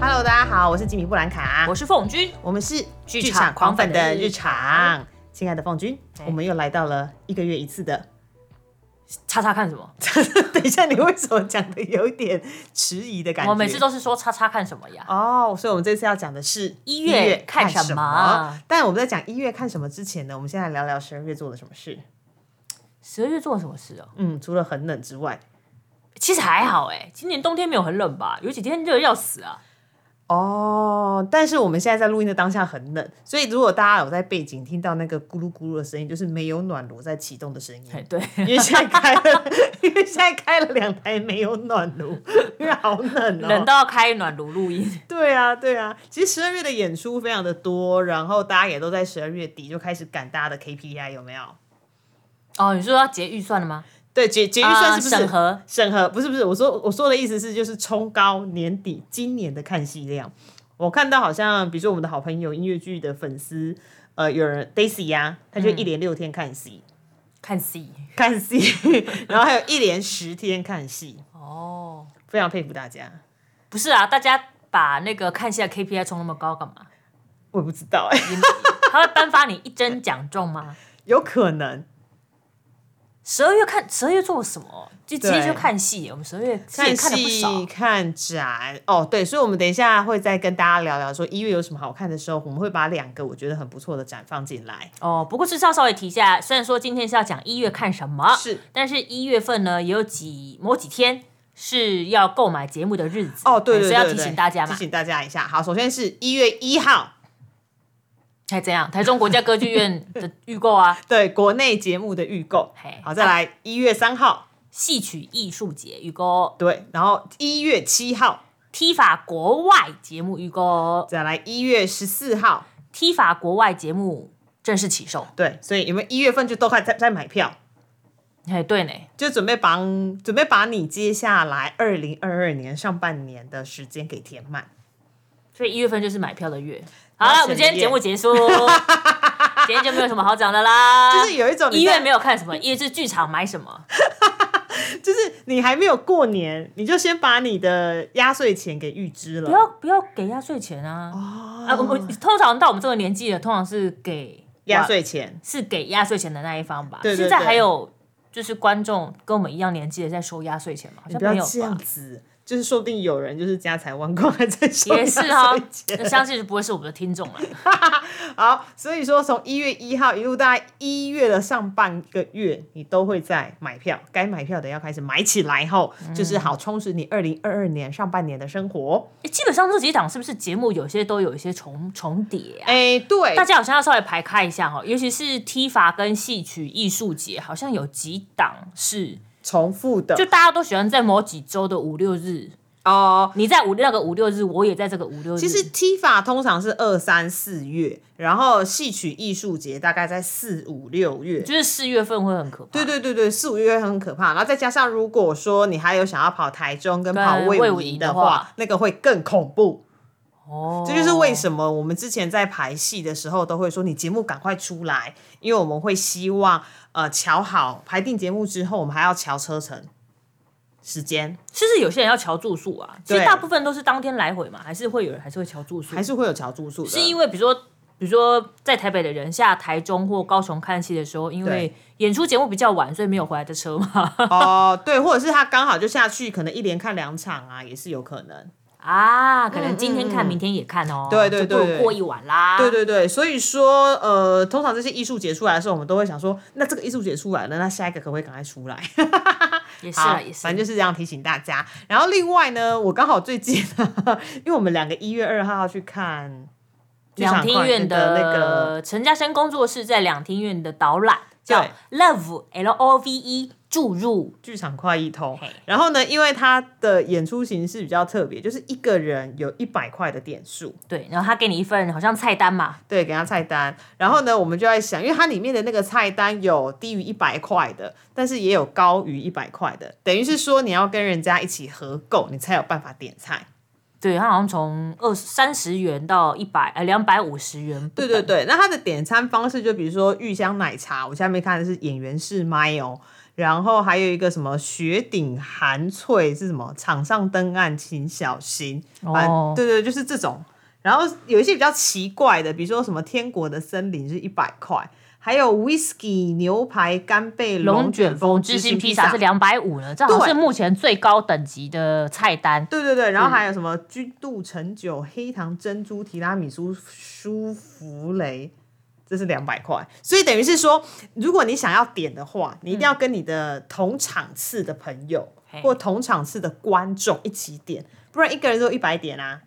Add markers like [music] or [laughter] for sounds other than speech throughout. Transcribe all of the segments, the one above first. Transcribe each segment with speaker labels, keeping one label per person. Speaker 1: Hello，大家好，我是吉米布兰卡，
Speaker 2: 我是凤君，
Speaker 1: 我们是
Speaker 2: 剧场狂粉的日常。
Speaker 1: 亲爱的凤君，
Speaker 2: 哎
Speaker 1: 我们又来到了一个月一次的。 [laughs]
Speaker 2: 叉叉看什么？
Speaker 1: 等一下，你为什么讲的有一点迟疑的感觉？
Speaker 2: 我每次都是说叉叉看什么呀？
Speaker 1: 哦，所以我们这次要讲的是
Speaker 2: 一月看什么
Speaker 1: 但我们在讲一月看什么之前呢，我们先来聊聊十二月做了什么事。
Speaker 2: 十二月做了什么事哦？
Speaker 1: 嗯，除了很冷之外，
Speaker 2: 其实还好哎，今年冬天没有很冷吧？有几天热得要死啊！
Speaker 1: 哦，但是我们现在在录音的当下很冷，所以如果大家有在背景听到那个咕噜咕噜的声音，就是没有暖炉在启动的声音。
Speaker 2: 哎，对，
Speaker 1: [laughs] 因为现在开了，因为现在开了两台没有暖炉，因为好冷哦。
Speaker 2: [laughs] 冷到要开暖炉录音。
Speaker 1: 对啊，对啊，其实十二月的演出非常的多，然后大家也都在十二月底就开始赶大家的 KPI，有没有？
Speaker 2: 哦，你说要结预算了吗？
Speaker 1: 对，节节预算是不是、
Speaker 2: 啊审核？
Speaker 1: 审核不是不是，我说我说的意思是就是冲高年底今年的看戏量。我看到好像比如说我们的好朋友音乐剧的粉丝，呃，有人 Daisy 呀、他
Speaker 2: 嗯
Speaker 1: 就一连六天看戏，
Speaker 2: 看 C
Speaker 1: 看戏， [laughs] 然后还有一连十天看戏，
Speaker 2: 哦。
Speaker 1: 非常佩服大家。
Speaker 2: 不是啊，大家把那个看一下 KPI 冲那么高干嘛？
Speaker 1: 我也不知道哎、
Speaker 2: 他会颁发你一针奖状吗？
Speaker 1: 有可能
Speaker 2: 十二月看十二月做什么？就直接
Speaker 1: 对
Speaker 2: 就看戏。我们十二月
Speaker 1: 看
Speaker 2: 其实也看了不少，
Speaker 1: 戏、看展哦，对，所以我们等一下会再跟大家聊聊说一月有什么好看的时候，我们会把两个我觉得很不错的展放进来。
Speaker 2: 哦，不过至少稍微提一下，虽然说今天是要讲一月看什么，
Speaker 1: 是，
Speaker 2: 但是一月份呢也有几某几天是要购买节目的日子
Speaker 1: 哦，对对
Speaker 2: 哎
Speaker 1: 对
Speaker 2: 所以要
Speaker 1: 对
Speaker 2: 提
Speaker 1: 对
Speaker 2: 醒大家
Speaker 1: 提
Speaker 2: 嘛。
Speaker 1: 醒大家一下。好，首先是一月一号，
Speaker 2: 哎，怎样？台中国家歌剧院的预购啊，
Speaker 1: 对国内节目的预购
Speaker 2: 嘿。
Speaker 1: 好，再来一月三号，
Speaker 2: 戏曲艺术节预购，
Speaker 1: 对，然后一月七号，
Speaker 2: 踢法国外节目预购，
Speaker 1: 再来一月十四号，
Speaker 2: 踢法国外节目正式起售。
Speaker 1: 对，所以你们一月份就都快在在买票，
Speaker 2: 哎，对呢，
Speaker 1: 就准备把准备把你接下来二零二二年上半年的时间给填满。
Speaker 2: 所以一月份就是买票的月。好
Speaker 1: 然后
Speaker 2: 了，我们今天节目
Speaker 1: [laughs]
Speaker 2: 结束，今天就没有什么好讲的啦。
Speaker 1: 就是有一种
Speaker 2: 啊一
Speaker 1: 你在
Speaker 2: 月没有看什么，一月是剧场买什么。
Speaker 1: 就是你还没有过年，你就先把你的压岁钱给预支
Speaker 2: 不
Speaker 1: 了。哦
Speaker 2: 要不要给压岁钱啊！啊，我我通常到我们这个年纪的，通常是给
Speaker 1: 压岁钱，
Speaker 2: 是给压岁钱的那一方吧。
Speaker 1: 对对
Speaker 2: 现在
Speaker 1: 对
Speaker 2: 还有就是观众跟我们一样年纪的在收压岁钱吗？好
Speaker 1: 你
Speaker 2: 像
Speaker 1: 不
Speaker 2: 没
Speaker 1: 要
Speaker 2: 有
Speaker 1: 这样
Speaker 2: 吧？
Speaker 1: 子，就是说不定有人就是家财万贯还在 [laughs] 收
Speaker 2: 也是哈、
Speaker 1: 压岁
Speaker 2: 哦，
Speaker 1: 钱
Speaker 2: 那相信就不会是我们的听众了。
Speaker 1: 好，所以说从一月一号一路到一月的上半个月，你都会在买票，该买票的要开始买起来后，
Speaker 2: 嗯
Speaker 1: 就是好充实你二零二二年上半年的生活。
Speaker 2: 诶基本上这几档是不是节目有些都有一些重重叠啊？
Speaker 1: 哎、对
Speaker 2: 大，家好像要稍微排开一下哈，尤其是踢法跟戏曲艺术节，好像有几档是，
Speaker 1: 重复的
Speaker 2: 就大家都喜欢在某几周的五六日，
Speaker 1: 哦。
Speaker 2: 你在五那个五六日，我也在这个五六日。
Speaker 1: 其实踢法通常是二三四月，然后戏曲艺术节大概在四五六月。
Speaker 2: 就是四月份会很可怕。
Speaker 1: 对对对对，四五月很可怕。然后再加上，如果说你还有想要跑台中跟
Speaker 2: 跟
Speaker 1: 跑
Speaker 2: 魏
Speaker 1: 魏
Speaker 2: 武
Speaker 1: 武
Speaker 2: 营
Speaker 1: 营
Speaker 2: 的
Speaker 1: 的
Speaker 2: 话
Speaker 1: 话，那个会更恐怖。
Speaker 2: 哦，
Speaker 1: 这就是为什么我们之前在排戏的时候都会说，你节目赶快出来，因为我们会希望呃瞧好排定节目之后，我们还要瞧车程时间，
Speaker 2: 其实有些人要瞧住宿啊，其实
Speaker 1: 对
Speaker 2: 大部分都是当天来回嘛，还是会有人还是会瞧住宿
Speaker 1: 还，是会有瞧住宿的。
Speaker 2: 是因为比如说。比如说，在台北的人下台中或高雄看戏的时候，因为
Speaker 1: 对
Speaker 2: 演出节目比较晚，所以没有回来的车嘛。
Speaker 1: 哦，对，或者是他刚好就下去，可能一连看两场啊，也是有可能。
Speaker 2: [laughs] 啊，可能今天看，明天也看哦。
Speaker 1: 嗯对对
Speaker 2: 就不如
Speaker 1: 对
Speaker 2: 过一晚啦。
Speaker 1: 对对对，所以说，呃，通常这些艺术节出来的时候，我们都会想说，那这个艺术节出来了，那下一个可不可以赶快出来？
Speaker 2: 也是
Speaker 1: 好
Speaker 2: 啊啦，也是。
Speaker 1: 反正就是这样提醒大家。然后另外呢，我刚好最近，因为我们两个一月二号要去看剧
Speaker 2: 两
Speaker 1: 场
Speaker 2: 厅
Speaker 1: 快
Speaker 2: 院
Speaker 1: 那个
Speaker 2: 陈嘉生工作室在两厅院的导览，叫
Speaker 1: 对
Speaker 2: Love L O V E 注入，
Speaker 1: 剧场快一通
Speaker 2: 嘿。
Speaker 1: 然后呢，因为他的演出形式比较特别，就是一个人有一百块的点数，
Speaker 2: 对，然后他给你一份好像菜单嘛，
Speaker 1: 对，给他菜单。然后呢，我们就在想，因为它里面的那个菜单有低于一百块的，但是也有高于一百块的，等于是说你要跟人家一起合购，你才有办法点菜。
Speaker 2: 对，他好像从二三十元到一百呃两百五十元，
Speaker 1: 对对，对，那它的点餐方式就比如说玉香奶茶，我下面看的是演员试麦哦，然后还有一个什么雪顶寒翠是什么？场上登岸请小心。反
Speaker 2: 哦
Speaker 1: 对对，就是这种。然后有一些比较奇怪的，比如说什么天国的森林是一百块，还有 whisky 牛排干贝
Speaker 2: 龙
Speaker 1: 卷
Speaker 2: 卷风
Speaker 1: 知
Speaker 2: 知
Speaker 1: 心
Speaker 2: 心披萨是两百五了，这好像是目前最高等级的菜单。
Speaker 1: 对对对，
Speaker 2: 嗯
Speaker 1: 然后还有什么君度橙酒、黑糖珍珠提拉米苏、舒芙蕾，这是两百块。所以等于是说，如果你想要点的话，你一定要跟你的同场次的朋友、
Speaker 2: 嗯嘿
Speaker 1: 或同场次的观众一起点，不然一个人就一百点啊。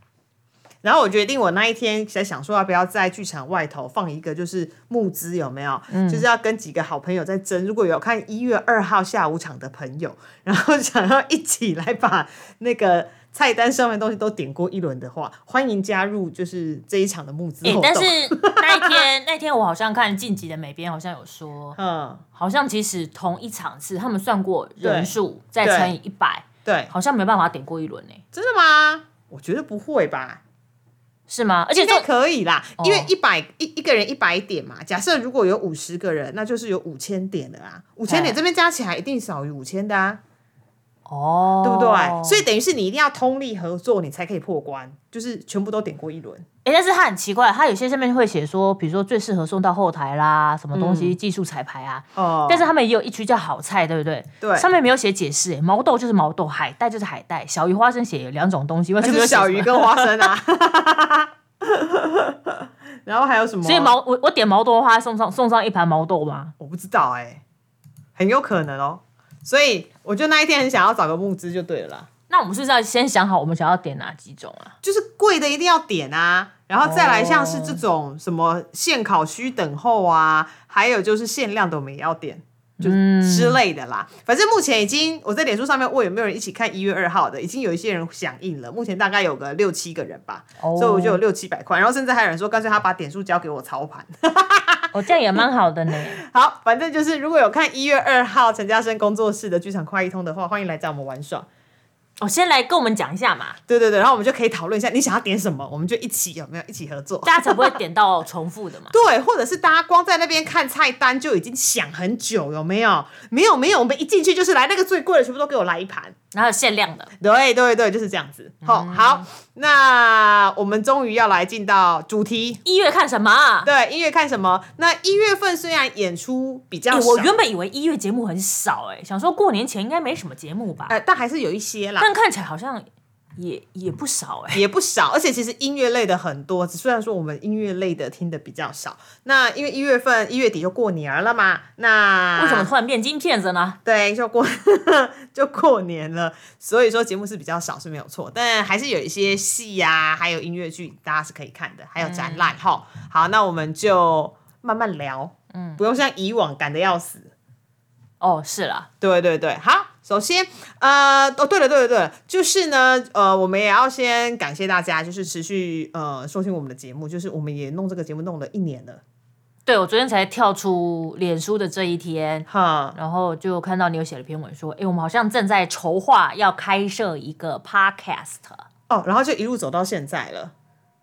Speaker 1: 然后我决定，我那一天在想说，要不要在剧场外头放一个，就是募资有没有？
Speaker 2: 嗯
Speaker 1: 就是要跟几个好朋友在争。如果有看一月二号下午场的朋友，然后 [laughs] 想要一起来把那个菜单上面的东西都点过一轮的话，欢迎加入就是这一场的募资
Speaker 2: 诶
Speaker 1: 活动。
Speaker 2: 哎但是 [laughs] 那一天，那一天我好像看晋级的美编好像有说，
Speaker 1: 嗯，
Speaker 2: 好像其实同一场次他们算过人数，再
Speaker 1: 对
Speaker 2: 乘以一百，
Speaker 1: 对，
Speaker 2: 好像没办法点过一轮呢、
Speaker 1: 真的吗？我觉得不会吧，
Speaker 2: 是吗？而且
Speaker 1: 应
Speaker 2: 这
Speaker 1: 该可以啦，因为
Speaker 2: 哦
Speaker 1: 一百一一个人一百点嘛。假设如果有五十个人，那就是有五千点的啦。五千点
Speaker 2: 哎
Speaker 1: 这边加起来一定少于五千的啊，
Speaker 2: 哦，
Speaker 1: 对不对？所以等于是你一定要通力合作，你才可以破关，就是全部都点过一轮。
Speaker 2: 哎、但是它很奇怪，它有些上面会写说，比如说最适合送到后台啦，什么东
Speaker 1: 嗯
Speaker 2: 西、技术彩排啊。
Speaker 1: 哦
Speaker 2: 但是他们也有一区叫好菜，对不对？
Speaker 1: 对
Speaker 2: 上面没有写解释、诶毛豆就是毛豆，海带就是海带，小鱼花生写有两种东西，完
Speaker 1: 那
Speaker 2: 全没
Speaker 1: 就
Speaker 2: 有
Speaker 1: 是
Speaker 2: 写
Speaker 1: 小
Speaker 2: 什么
Speaker 1: 鱼。跟花生啊。
Speaker 2: [laughs]
Speaker 1: 然后还有什么？
Speaker 2: 所以毛我我点毛豆的话，送上送上一盘毛豆吗？
Speaker 1: 我不知道哎、很有可能哦。所以我就那一天很想要找个募资就对了啦，
Speaker 2: 那我们是不是要先想好我们想要点哪几种啊？
Speaker 1: 就是贵的一定要点啊，然后再来
Speaker 2: 哦
Speaker 1: 像是这种什么现烤需等候啊，还有就是限量的我们也要点。就是之类的啦，反正目前已经我在脸书上面问有没有人一起看一月二号的，已经有一些人响应了，目前大概有个六七个人吧
Speaker 2: 哦
Speaker 1: 所以我就有六七百块，然后甚至还有人说干脆他把点数交给我操盘，
Speaker 2: 哦，这样也蛮好的 [laughs] 呢。
Speaker 1: 好，反正就是如果有看一月二号陈嘉生工作室的剧场快一通的话，欢迎来找我们玩耍。
Speaker 2: 我、哦先来跟我们讲一下嘛，
Speaker 1: 对对对，然后我们就可以讨论一下你想要点什么，我们就一起有没有一起合作？
Speaker 2: 大家才不会点到重复的嘛。
Speaker 1: 对，或者是大家光在那边看菜单就已经想很久，有没有？没有没有，我们一进去就是来那个最贵的，全部都给我来一盘。
Speaker 2: 然后有限量的，
Speaker 1: 对对对，就是这样子。好、
Speaker 2: 嗯
Speaker 1: 好，那我们终于要来进到主题。
Speaker 2: 一月看什么、啊？
Speaker 1: 对，音乐看什么？那一月份虽然演出比较
Speaker 2: 欸
Speaker 1: 少，
Speaker 2: 我原本以为一月节目很少、欸，想说过年前应该没什么节目吧，
Speaker 1: 呃，但还是有一些啦。
Speaker 2: 但看起来好像也也不少、欸，哎，
Speaker 1: 也不少，而且其实音乐类的很多，虽然说我们音乐类的听的比较少。那因为一月份一月底就过年了嘛，那
Speaker 2: 为什么突然变金片子呢？
Speaker 1: 对就过 [laughs] 就过年了？所以说节目是比较少是没有错，但还是有一些戏呀、还有音乐剧大家是可以看的，还有展览哈、好，那我们就慢慢聊，嗯，不用像以往赶的要死。
Speaker 2: 哦，是啦，
Speaker 1: 对对对，好，首先，呃，哦，对了对了对了，就是呢，呃，我们也要先感谢大家，就是持续呃收听我们的节目，就是我们也弄这个节目弄了一年了，
Speaker 2: 对我昨天才跳出脸书的这一天。
Speaker 1: 哈，
Speaker 2: 然后就看到你有写了篇文说，哎，我们好像正在筹划要开设一个 podcast，
Speaker 1: 哦，然后就一路走到现在了，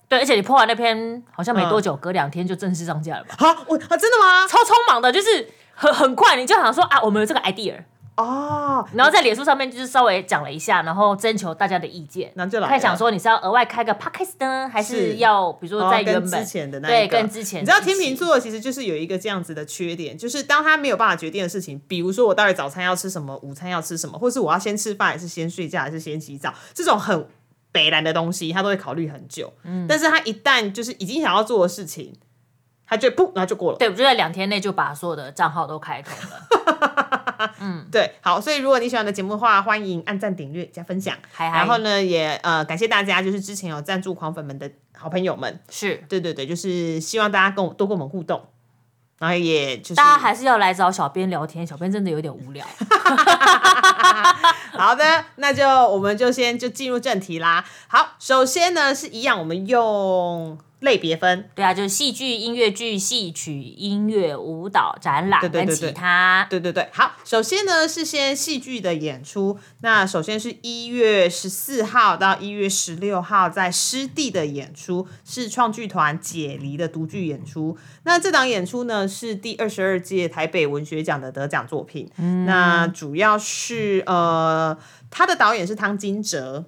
Speaker 2: 对，而且你破完那篇好像没多久，隔两天就正式上架了吧？
Speaker 1: 好，我啊，真的吗？
Speaker 2: 超匆忙的，就是很很快，你就想说啊，我们有这个 idea，
Speaker 1: 哦，
Speaker 2: 然后在脸书上面就是稍微讲了一下，然后征求大家的意见，
Speaker 1: 那就来了
Speaker 2: 看想说你是要额外开个 podcast 呢，还
Speaker 1: 是
Speaker 2: 是要比如说在
Speaker 1: 哦、
Speaker 2: 原
Speaker 1: 跟
Speaker 2: 本、
Speaker 1: 之前的那
Speaker 2: 对
Speaker 1: 一个
Speaker 2: 跟之前
Speaker 1: 你知道
Speaker 2: 一起
Speaker 1: 天秤座其实就是有一个这样子的缺点，就是当他没有办法决定的事情，比如说我到底早餐要吃什么，午餐要吃什么，或是我要先吃饭还是先睡觉还是先洗澡，这种很北蓝的东西，他都会考虑很久。嗯，但是他一旦就是已经想要做的事情，他就不，然后就过了。
Speaker 2: 对，我就在两天内就把所有的账号都开通了，
Speaker 1: 对，好，所以如果你喜欢的节目的话，欢迎按赞、订阅、加分享。 [laughs]
Speaker 2: 嗨嗨，
Speaker 1: 然后呢，也呃感谢大家，就是之前有赞助狂粉们的好朋友们，
Speaker 2: 是
Speaker 1: 对对对，就是希望大家跟我多跟我们互动。然后也就是
Speaker 2: 大家还是要来找小编聊天，小编真的有点无聊。
Speaker 1: 好的，那就我们就先就进入正题啦。好，首先呢是一样，我们用类别分。
Speaker 2: 对啊，就是戏剧、音乐剧、戏曲、音乐、舞蹈、展览
Speaker 1: 对对
Speaker 2: 跟
Speaker 1: 对
Speaker 2: 其
Speaker 1: 对
Speaker 2: 他。
Speaker 1: 对对对，好，首先呢是先戏剧的演出，那首先是一月十四号到一月十六号在湿地的演出，是创剧团解离的独剧演出。那这档演出呢是第二十二届台北文学奖的得奖作品，
Speaker 2: 嗯
Speaker 1: 那主要是呃，他的导演是汤金哲。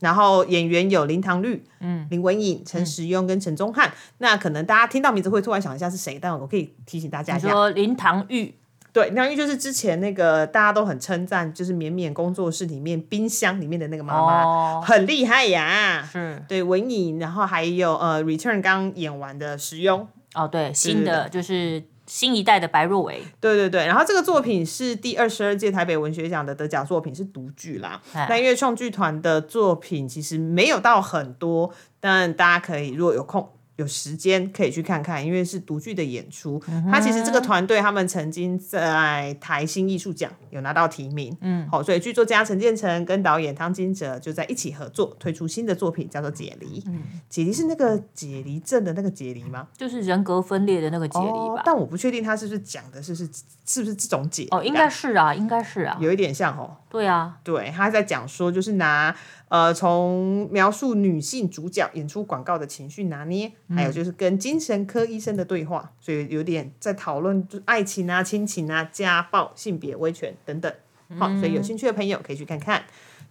Speaker 1: 然后演员有林唐绿、嗯、林文颖、陈时庸跟陈宗翰。那可能大家听到名字会突然想一下是谁，但我可以提醒大家一
Speaker 2: 你
Speaker 1: 下，
Speaker 2: 说林唐玉
Speaker 1: 对，梁玉就是之前那个大家都很称赞，就是绵绵工作室里面冰箱里面的那个妈妈，
Speaker 2: 哦，
Speaker 1: 很厉害呀。
Speaker 2: 是
Speaker 1: 对，文颖，然后还有呃，Return 刚演完的石庸，
Speaker 2: 哦，对，新的
Speaker 1: 对
Speaker 2: 就是新一代的白若伟，
Speaker 1: 对对对，然后这个作品是第二十二届台北文学奖的得奖作品，是独剧啦。
Speaker 2: 哎
Speaker 1: 那因为创剧团的作品其实没有到很多，但大家可以如果有空。有时间可以去看看，因为是独剧的演出。他其实这个团队，他们曾经在台新艺术奖有拿到提名，嗯，好，所以剧作家陈建成跟导演汤金哲就在一起合作推出新的作品，叫做《解离》。解离是那个解离症的那个解离吗？
Speaker 2: 就是人格分裂的那个解
Speaker 1: 哦
Speaker 2: 离吧？
Speaker 1: 但我不确定他是不是讲的是不是是不是这种解离啊
Speaker 2: 哦，应该是啊，应该是啊，
Speaker 1: 有一点像哦。
Speaker 2: 对啊，
Speaker 1: 对，他在讲说，就是拿呃，从描述女性主角演出广告的情绪拿捏，还有就是跟精神科医生的对话，所以有点在讨论就爱情啊、亲情啊、家暴、性别威权等等。好、所以有兴趣的朋友可以去看看。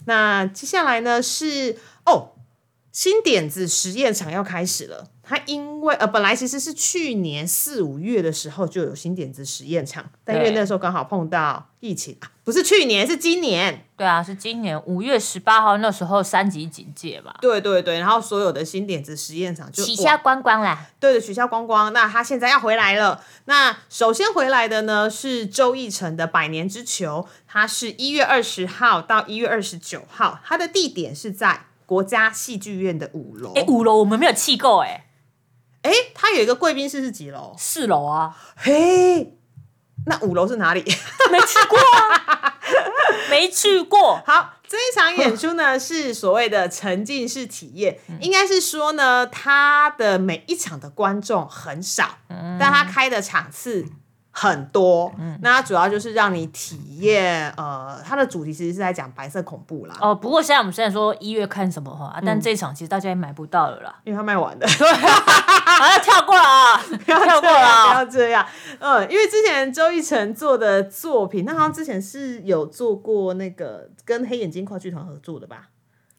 Speaker 1: 那接下来呢是哦，新点子实验场要开始了。它因为呃，本来其实是去年四五月的时候就有新点子实验场，但因为
Speaker 2: 对
Speaker 1: 那时候刚好碰到疫情啊，不是去年，是今年。
Speaker 2: 对啊，是今年五月十八号那时候三级警戒吧，
Speaker 1: 对对对，然后所有的新点子实验场就
Speaker 2: 取
Speaker 1: 哇
Speaker 2: 消观光啦。
Speaker 1: 对的取消光光。那他现在要回来了。那首先回来的呢是周奕成的《百年之球》，它是一月二十号到一月二十九号，它的地点是在国家戏剧院的五楼。
Speaker 2: 哎，五楼我们没有气够哎，
Speaker 1: 哎，它有一个贵宾室是几楼？
Speaker 2: 四楼啊，
Speaker 1: 嘿，那五楼是哪里？
Speaker 2: [laughs] 没去过啊， [laughs] 没去过。
Speaker 1: 好，这一场演出呢是所谓的沉浸式体验，
Speaker 2: 嗯
Speaker 1: 应该是说呢，他的每一场的观众很少，
Speaker 2: 嗯
Speaker 1: 但他开的场次。很多，那它主要就是让你体验，呃，它的主题其实是在讲白色恐怖啦，
Speaker 2: 哦，不过现在我们虽然说一月看什么哈、啊，但这一场其实大家也买不到了啦，
Speaker 1: 因为它卖完
Speaker 2: [laughs]
Speaker 1: 的，
Speaker 2: 好、像跳过了啊， [laughs] 跳过
Speaker 1: [laughs]
Speaker 2: 了
Speaker 1: 不
Speaker 2: 啊。
Speaker 1: 要这样，嗯，因为之前周奕成做的作品，那好像之前是有做过那个跟黑眼睛跨剧团合作的吧，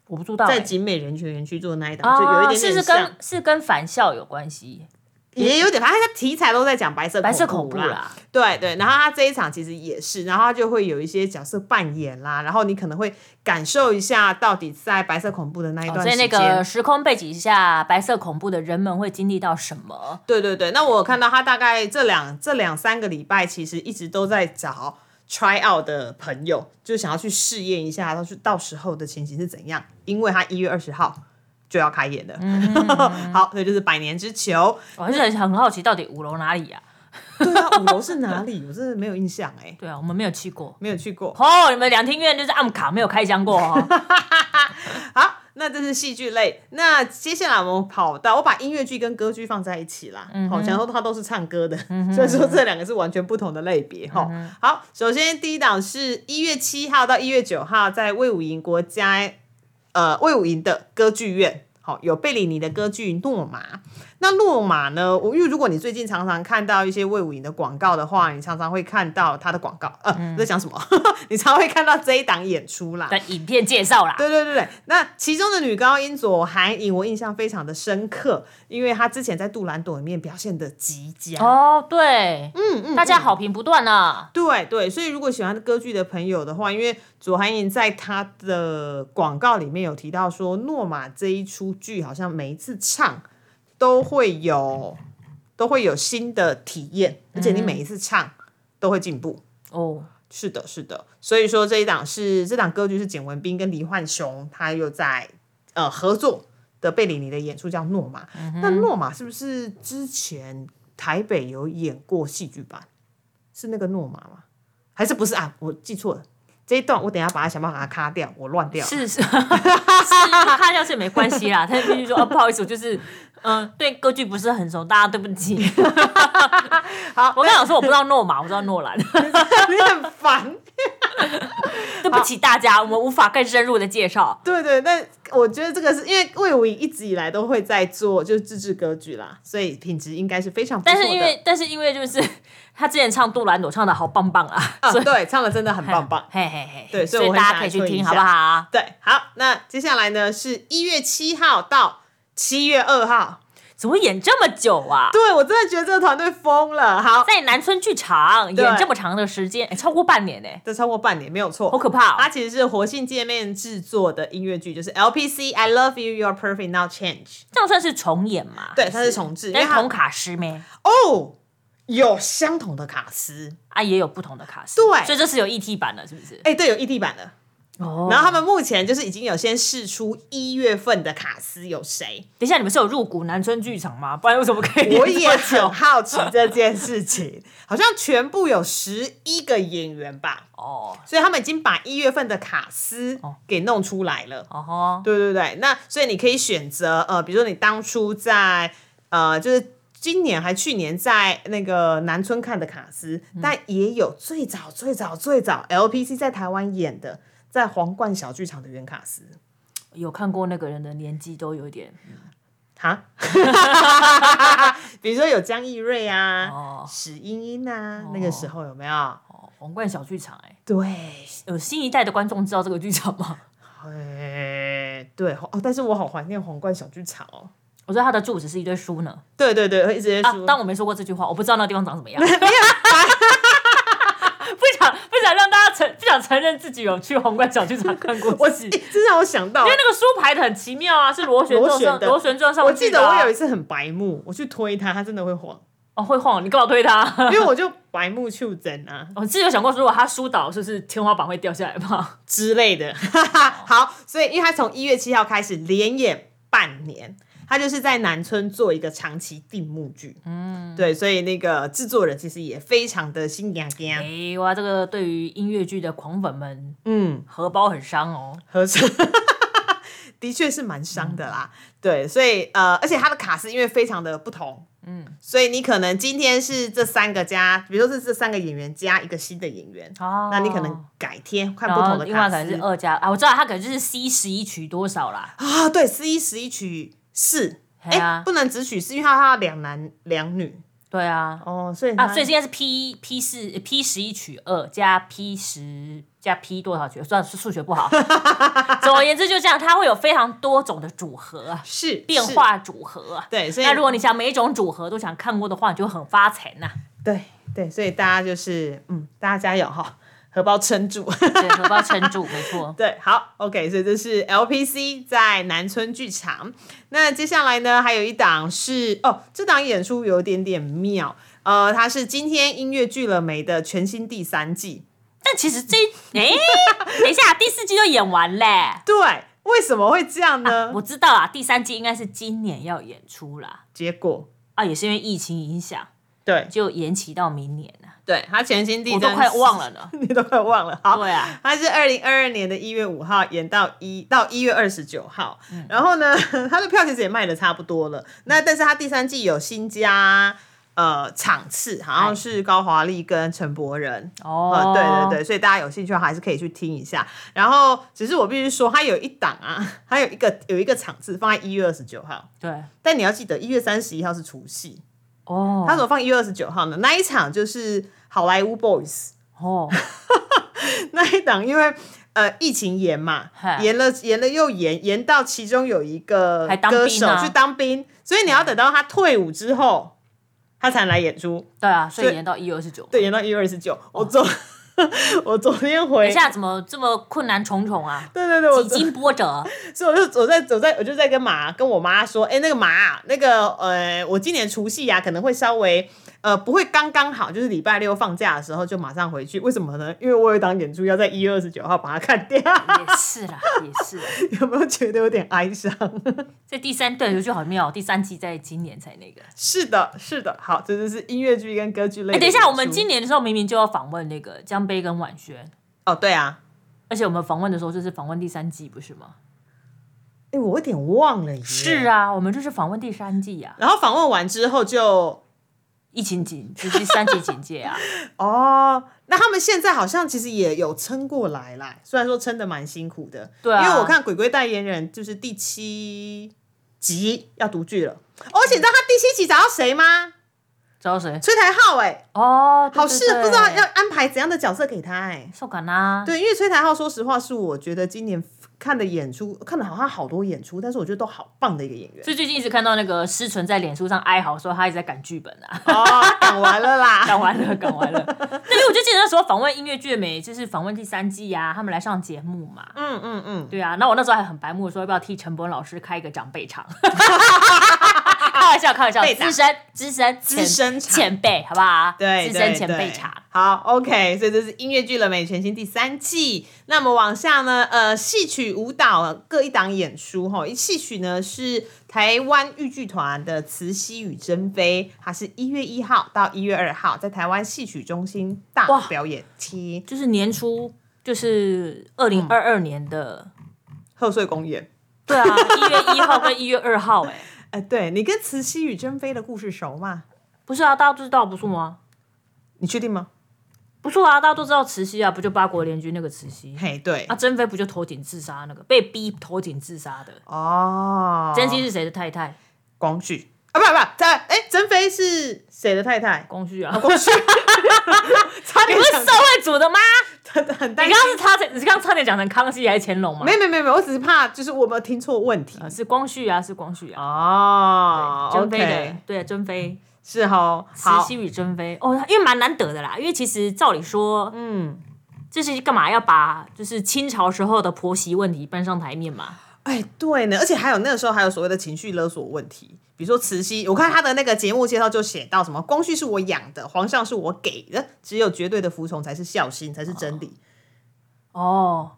Speaker 2: 我不知道、
Speaker 1: 在
Speaker 2: 欸。
Speaker 1: 景美人权园区做的那一档，就有一
Speaker 2: 啊，
Speaker 1: 点
Speaker 2: 是
Speaker 1: 点
Speaker 2: 不是
Speaker 1: 像。
Speaker 2: 跟是跟返校有关系，
Speaker 1: 也有点，反正它题材都在讲白色
Speaker 2: 嗯白色恐怖
Speaker 1: 怖啦。
Speaker 2: 啦，
Speaker 1: 对对，然后它这一场其实也是，然后它就会有一些角色扮演啦，然后你可能会感受一下到底在白色恐怖的那一
Speaker 2: 哦
Speaker 1: 段时
Speaker 2: 所以
Speaker 1: 间。
Speaker 2: 那个时空背景下，白色恐怖的人们会经历到什么？
Speaker 1: 对对对，那我有看到他大概这两这两三个礼拜，其实一直都在找 try out 的朋友，就想要去试验一下，到去到时候的情形是怎样，因为他一月二十号就要开演的。
Speaker 2: 嗯
Speaker 1: [laughs] 好，所以就是百年之球。
Speaker 2: 我还是很很好奇，到底五楼哪里呀、
Speaker 1: 对啊，五楼是哪里？我真的没有印象哎、
Speaker 2: 对啊，我们没有去过。
Speaker 1: 没有去过。
Speaker 2: 哦，你们两厅院就是暗卡没有开箱
Speaker 1: [laughs]
Speaker 2: 过哦。
Speaker 1: 好，那这是戏剧类。那接下来我们跑到，我把音乐剧跟歌剧放在一起啦。好、想说它都是唱歌的， [laughs] 所以说这两个是完全不同的类别哈、好，首先第一档是一月七号到一月九号在魏武营国家呃魏武营的歌剧院。好，有贝里尼的歌剧《诺玛》。那《诺玛》呢？我因为如果你最近常常看到一些魏武营的广告的话，你常常会看到他的广告。呃，我在讲什么？ [laughs] 你常会看到这一档演出啦。
Speaker 2: 的影片介绍啦，
Speaker 1: 对对对对，那其中的女高音左韩颖，我印象非常的深刻，因为她之前在《杜兰朵》里面表现的极佳。
Speaker 2: 哦，对，嗯嗯，大家好评不断啊。
Speaker 1: 对对，所以如果喜欢歌剧的朋友的话，因为左韩颖在她的广告里面有提到说，诺玛这一出剧好像每一次唱都会有都会有新的体验，而且你每一次唱都会进步。
Speaker 2: 哦，
Speaker 1: 是的，是的，所以说这一档是这档歌剧是简文彬跟黎焕雄他又在
Speaker 2: 嗯
Speaker 1: 呃合作的贝里尼的演出叫《诺玛》那《诺玛》是不是之前台北有演过戏剧版，是那个诺玛吗？还是不是啊？我记错了。这一段我等一下把它想办法把它卡掉，我乱掉。
Speaker 2: 是是 [laughs] 是，看掉是没关系
Speaker 1: [laughs]
Speaker 2: 啦。他必须说，哦，不好意思，我就是，嗯、对歌剧不是很熟，大家对不起。
Speaker 1: [laughs] 好，
Speaker 2: 我刚想说我不知道诺玛，我知道
Speaker 1: [laughs]
Speaker 2: 诺兰，
Speaker 1: 你很烦。
Speaker 2: 对不起大家，我们无法更深入的介绍。
Speaker 1: 对对，但我觉得这个是因为魏无影一直以来都会在做就是自制歌剧啦，所以品质应该是非常不错
Speaker 2: 但
Speaker 1: 的。
Speaker 2: 是因为，但是因为就是他之前唱杜兰朵唱的好棒棒啊，
Speaker 1: 啊，
Speaker 2: 所以
Speaker 1: 对，唱的真的很
Speaker 2: [laughs]
Speaker 1: 棒棒。
Speaker 2: 嘿嘿嘿，
Speaker 1: 对所
Speaker 2: 所
Speaker 1: 以我会
Speaker 2: 大
Speaker 1: 想
Speaker 2: 家可以去
Speaker 1: 来推一
Speaker 2: 听
Speaker 1: 下
Speaker 2: 好不好？
Speaker 1: 对，好，那接下来呢是一月七号到七月二号。
Speaker 2: 怎么演这么久啊？
Speaker 1: 对我真的觉得这个团队疯了。好，
Speaker 2: 在南村剧场
Speaker 1: 对
Speaker 2: 演这么长的时间，哎超过半年呢，
Speaker 1: 这超过半年没有错，
Speaker 2: 好可怕哦！
Speaker 1: 它其实是活性界面制作的音乐剧，就是 LPC I Love You You're Perfect Now Change。
Speaker 2: 这样算是重演吗？
Speaker 1: 对，它是重置，因
Speaker 2: 但
Speaker 1: 为
Speaker 2: 是
Speaker 1: 它
Speaker 2: 同卡师咩？
Speaker 1: 哦有相同的卡司，
Speaker 2: 啊，也有不同的卡司，
Speaker 1: 对
Speaker 2: 所以这是有 ET 版的，是不是？
Speaker 1: 哎，对，有异地版的。
Speaker 2: 哦
Speaker 1: 然后他们目前就是已经有先试出一月份的卡司有谁，
Speaker 2: 等一下，你们是有入股南村剧场吗？不 [laughs] 然为什么可以？
Speaker 1: 我也很好奇这件事情，好像全部有十一个演员吧，
Speaker 2: [laughs] 哦
Speaker 1: 所以他们已经把一月份的卡司给弄出来了。
Speaker 2: 哦吼，
Speaker 1: 对对对，那所以你可以选择呃，比如说你当初在呃，就是今年还去年在那个南村看的卡斯，
Speaker 2: 嗯
Speaker 1: 但也有最早最早最早 LPC 在台湾演的，在皇冠小剧场的原卡斯。
Speaker 2: 有看过那个人的年纪都有一点 [laughs]
Speaker 1: 哈，比如说有江逸瑞啊
Speaker 2: 哦、
Speaker 1: 史英英啊，那个时候有没有？
Speaker 2: 哦，皇冠小剧场哎、
Speaker 1: 对，
Speaker 2: 有新一代的观众知道这个剧场吗？
Speaker 1: 哎，对哦，但是我好怀念皇冠小剧场哦。
Speaker 2: 我说他的住址是一堆书呢，
Speaker 1: 对对对，会一直在
Speaker 2: 啊
Speaker 1: 说，
Speaker 2: 但我没说过这句话，我不知道那个地方长什么样。 [laughs] 不想不想让大家承不想承认自己有去皇冠小剧场看过
Speaker 1: 我
Speaker 2: 戏，因
Speaker 1: 诶这让我想到，
Speaker 2: 为那个书排的很奇妙啊，是螺旋
Speaker 1: 螺
Speaker 2: 状
Speaker 1: 旋
Speaker 2: 上
Speaker 1: 的啊
Speaker 2: 螺旋状上、啊
Speaker 1: 我记得我有一
Speaker 2: 次
Speaker 1: 次很白目，我去推它，它真的会晃，
Speaker 2: 哦会晃，你干嘛推他？
Speaker 1: 因
Speaker 2: [laughs]
Speaker 1: 为我就白目袖珍啊
Speaker 2: 我自己有想过，如果他疏导，就是天花板会掉下来吗？
Speaker 1: 之类 [laughs] 的。好，所以因为它从一月七号开始连演半年，它就是在南村做一个长期定目剧。嗯，对，所以那个制作人其实也非常的心痒
Speaker 2: 哎、
Speaker 1: 痒，
Speaker 2: 哇，这个对于音乐剧的狂粉们
Speaker 1: 嗯，
Speaker 2: 荷包很伤哦。
Speaker 1: 合适。 [laughs] 的确是蛮伤的啦，对，所以呃，而且它的卡是因为非常的不同，嗯，所以你可能今天是这三个加，比如说是这三个演员加一个新的演员，
Speaker 2: 哦
Speaker 1: 那你可能改天看
Speaker 2: 然
Speaker 1: 不
Speaker 2: 后
Speaker 1: 同的
Speaker 2: 哦另外
Speaker 1: 卡
Speaker 2: 可能是
Speaker 1: 司
Speaker 2: 二加啊，我知道他可能就是 C 十一取多少啦，
Speaker 1: 啊，对，四一十一取四，
Speaker 2: 嘿啊
Speaker 1: 哎，不能只取四，因为它它两男两女
Speaker 2: 对啊，
Speaker 1: 哦，所以它
Speaker 2: 啊，所以应该是 P P 四呃 P 十一取二加 P 十加 P 多少取？算是数学不好。总而言之，就这样，它会有非常多种的组合啊，
Speaker 1: 是
Speaker 2: 变
Speaker 1: 是
Speaker 2: 化组合啊。
Speaker 1: 对，所以
Speaker 2: 那如果你想每一种组合都想看过的话，你就很发财呐、
Speaker 1: 对对，所以大家就是嗯，大家加油哈，荷包撑住。
Speaker 2: 对，荷包撑住，没错。
Speaker 1: 对，好，OK，所以这是 LPC 在南村剧场。那接下来呢，还有一档是哦，这档演出有点点妙，呃，它是今天音乐剧了没的全新第三季。
Speaker 2: [laughs] 但其实这哎、等一下，第四季就演完嘞。
Speaker 1: 对，为什么会这样呢？
Speaker 2: 我知道啊，第三季应该是今年要演出啦。
Speaker 1: 结果，
Speaker 2: 啊，也是因为疫情影响，
Speaker 1: 对
Speaker 2: 就延期到明年了。
Speaker 1: 对，它全新第
Speaker 2: 我
Speaker 1: 三
Speaker 2: 都快忘，了
Speaker 1: [laughs]
Speaker 2: 呢。
Speaker 1: 你都快忘了，好。
Speaker 2: 对啊，
Speaker 1: 它是二零二二年的一月五号演到一到一月二十九号，
Speaker 2: 嗯
Speaker 1: 然后呢， [laughs] 它的票其实也卖的差不多了。那但是它第三季有新加呃场次，好像是高华丽跟陈柏仁。
Speaker 2: 哎哦
Speaker 1: 呃，对对对，所以大家有兴趣的话还是可以去听一下。然后，只是我必须说，它有一档啊， [laughs] 它有一个有一个场次放在一月二十九号，
Speaker 2: 对，
Speaker 1: 但你要记得一月三十一号是除夕，
Speaker 2: 哦，
Speaker 1: 它怎么放一月二十九号呢？那一场就是好莱坞 Boys，
Speaker 2: 哦，
Speaker 1: [laughs] 那一档因为呃疫情延嘛
Speaker 2: 嗨，
Speaker 1: 延了延了又延，延到其中有一个
Speaker 2: 还当
Speaker 1: 歌
Speaker 2: 兵
Speaker 1: 手
Speaker 2: 啊
Speaker 1: 去当兵，所以你要等到他退伍之后，他才来演出。
Speaker 2: 对啊，所
Speaker 1: 所
Speaker 2: 以
Speaker 1: 以
Speaker 2: 延到一月二十九。
Speaker 1: 对，延到一月二十九。我昨 [laughs] 我昨天回
Speaker 2: 等一，下怎么这么困难重重啊？
Speaker 1: 对对对，我
Speaker 2: 几
Speaker 1: 昨
Speaker 2: 经波折，
Speaker 1: 所以我就我在我在我就在啊跟妈跟我妈说，哎、那个妈，那个呃，我今年除夕啊，可能会稍微呃，不会刚刚好，就是礼拜六放假的时候就马上回去。为什么呢？因为我有一档演出要在一月二十九号把它看掉，[laughs]
Speaker 2: [laughs] 也是啦，也是啦。
Speaker 1: 有没有觉得有点哀伤？
Speaker 2: 这第三对我就好妙，第三季在今年才那个。
Speaker 1: 是的，是的。好，这就是音乐剧跟歌剧类
Speaker 2: 哎、
Speaker 1: 的演出。
Speaker 2: 等一下，我们今年的时候明明就要访问那个江杯跟婉萱，
Speaker 1: 哦，对啊，
Speaker 2: 而且我们访问的时候就是访问第三季，不是吗？
Speaker 1: 哎，我有点忘了耶。
Speaker 2: 是啊，我们就是访问第三季啊，
Speaker 1: 然后访问完之后就
Speaker 2: 疫情警就是第三级警戒
Speaker 1: [laughs]
Speaker 2: 啊。
Speaker 1: 哦，那他们现在好像其实也有撑过来啦，虽然说撑的蛮辛苦的。
Speaker 2: 对啊
Speaker 1: 因为我看鬼鬼代言人就是第七集要独剧了，而且你知道他第七集找到谁吗？
Speaker 2: 知道谁？
Speaker 1: 崔台浩哎、
Speaker 2: 哦，对
Speaker 1: 好事
Speaker 2: 对对
Speaker 1: 不知道要安排怎样的角色给他哎、
Speaker 2: 受感啊啦。
Speaker 1: 对，因为崔台浩说实话是我觉得今年看的演出，看了好像好多演出，但是我觉得都好棒的一个演员。
Speaker 2: 所以最近一直看到那个诗纯在脸书上哀嚎说他一直在赶剧本啊，
Speaker 1: 哦，他赶完了啦，
Speaker 2: [laughs] 赶完了，赶完
Speaker 1: [laughs]
Speaker 2: 了。那因为我就记得那时候访问音乐剧美，就是访问第三季呀、啊，他们来上节目嘛。
Speaker 1: 嗯嗯嗯，
Speaker 2: 对啊，那我那时候还很白目，说要不要替陈柏老师开一个长
Speaker 1: [laughs]
Speaker 2: 辈场？开玩笑，开玩笑，
Speaker 1: 辈场
Speaker 2: 资深资深
Speaker 1: 资深场
Speaker 2: 前辈，好不好？
Speaker 1: 对，
Speaker 2: 资
Speaker 1: 对
Speaker 2: 深前辈
Speaker 1: 对
Speaker 2: 场。
Speaker 1: 好，OK，所以这是音乐剧了没全新第三季。那么往下呢，呃，戏曲、舞蹈各一档演出哈。一戏曲呢是台湾豫剧团的《慈禧与珍妃》，它是一月一号到一月二号在台湾戏曲中心大
Speaker 2: 哇
Speaker 1: 表演厅
Speaker 2: 就是年初，就是二零二二年的，
Speaker 1: 嗯贺岁公演。
Speaker 2: 对啊，一月一号跟一月二号、哎，
Speaker 1: 哎、对你跟《慈禧与珍妃》的故事熟吗？
Speaker 2: 不是啊，大家都知道不是吗？
Speaker 1: 你确定吗？
Speaker 2: 不错啊，大家都知道慈禧啊，不就八国联军那个慈禧
Speaker 1: 嘿，对，
Speaker 2: 啊，珍妃不就投井自杀那个，被逼投井自杀的。
Speaker 1: 哦，
Speaker 2: 珍惜是谁的太太？
Speaker 1: 光绪啊，不不，她哎、珍妃是谁的太
Speaker 2: [laughs]
Speaker 1: 太？
Speaker 2: 光绪啊，
Speaker 1: 光绪，差
Speaker 2: 你
Speaker 1: 点
Speaker 2: 不是
Speaker 1: 想
Speaker 2: 社会主
Speaker 1: [laughs]
Speaker 2: 的吗？
Speaker 1: 很很担
Speaker 2: 你
Speaker 1: 心
Speaker 2: 刚。刚是差点，你刚刚差点讲成康熙还是乾隆吗？
Speaker 1: 没没没没，我只是怕就是我们听错问题
Speaker 2: 呃，是光绪啊，是光绪啊。
Speaker 1: 哦
Speaker 2: 珍妃的，对，珍妃，
Speaker 1: 是哦，
Speaker 2: 慈
Speaker 1: 好，
Speaker 2: 禧与珍妃，哦，因为蛮难得的啦，因为其实照理说，
Speaker 1: 嗯，
Speaker 2: 这是干嘛要把就是清朝时候的婆媳问题搬上台面嘛？
Speaker 1: 哎，对呢，而且还有那个时候还有所谓的情绪勒索问题，比如说慈禧，我看他的那个节目介绍就写到什么，光绪是我养的，皇上是我给的，只有绝对的服从才是孝心，才是真理。
Speaker 2: 哦，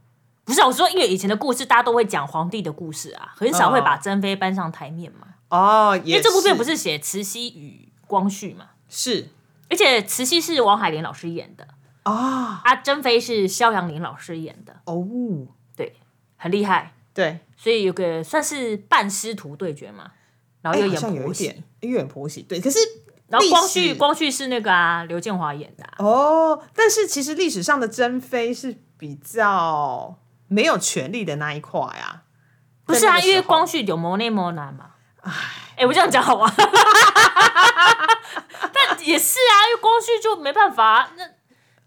Speaker 2: 不是啊，我说因为以前的故事大家都会讲皇帝的故事啊，很少会把珍妃搬上台面嘛。
Speaker 1: 哦，
Speaker 2: 因
Speaker 1: 因
Speaker 2: 为这部片不
Speaker 1: 是
Speaker 2: 是写慈禧与光绪嘛，
Speaker 1: 是
Speaker 2: 而且慈禧是王海玲老师演的
Speaker 1: 啊
Speaker 2: 啊，珍妃是萧杨林老师演的，
Speaker 1: 哦，
Speaker 2: 对，很厉害。
Speaker 1: 对，
Speaker 2: 所以有个算是半师徒对决嘛，然后
Speaker 1: 哎
Speaker 2: 又
Speaker 1: 好像
Speaker 2: 演
Speaker 1: 有
Speaker 2: 婆
Speaker 1: 一
Speaker 2: 媳，
Speaker 1: 点有点婆媳，对，可是
Speaker 2: 然后光
Speaker 1: 历
Speaker 2: 绪
Speaker 1: 史
Speaker 2: 光绪是那个啊刘建华演的啊、
Speaker 1: 哦，但是其实历史上的珍妃是比较没有权力的那一块啊。
Speaker 2: 不是
Speaker 1: 在
Speaker 2: 啊，
Speaker 1: 那个时候
Speaker 2: 因为光绪有谋内谋难嘛。哎、我这样讲好吗？ [laughs] 但也是啊，因为光绪就没办法，啊那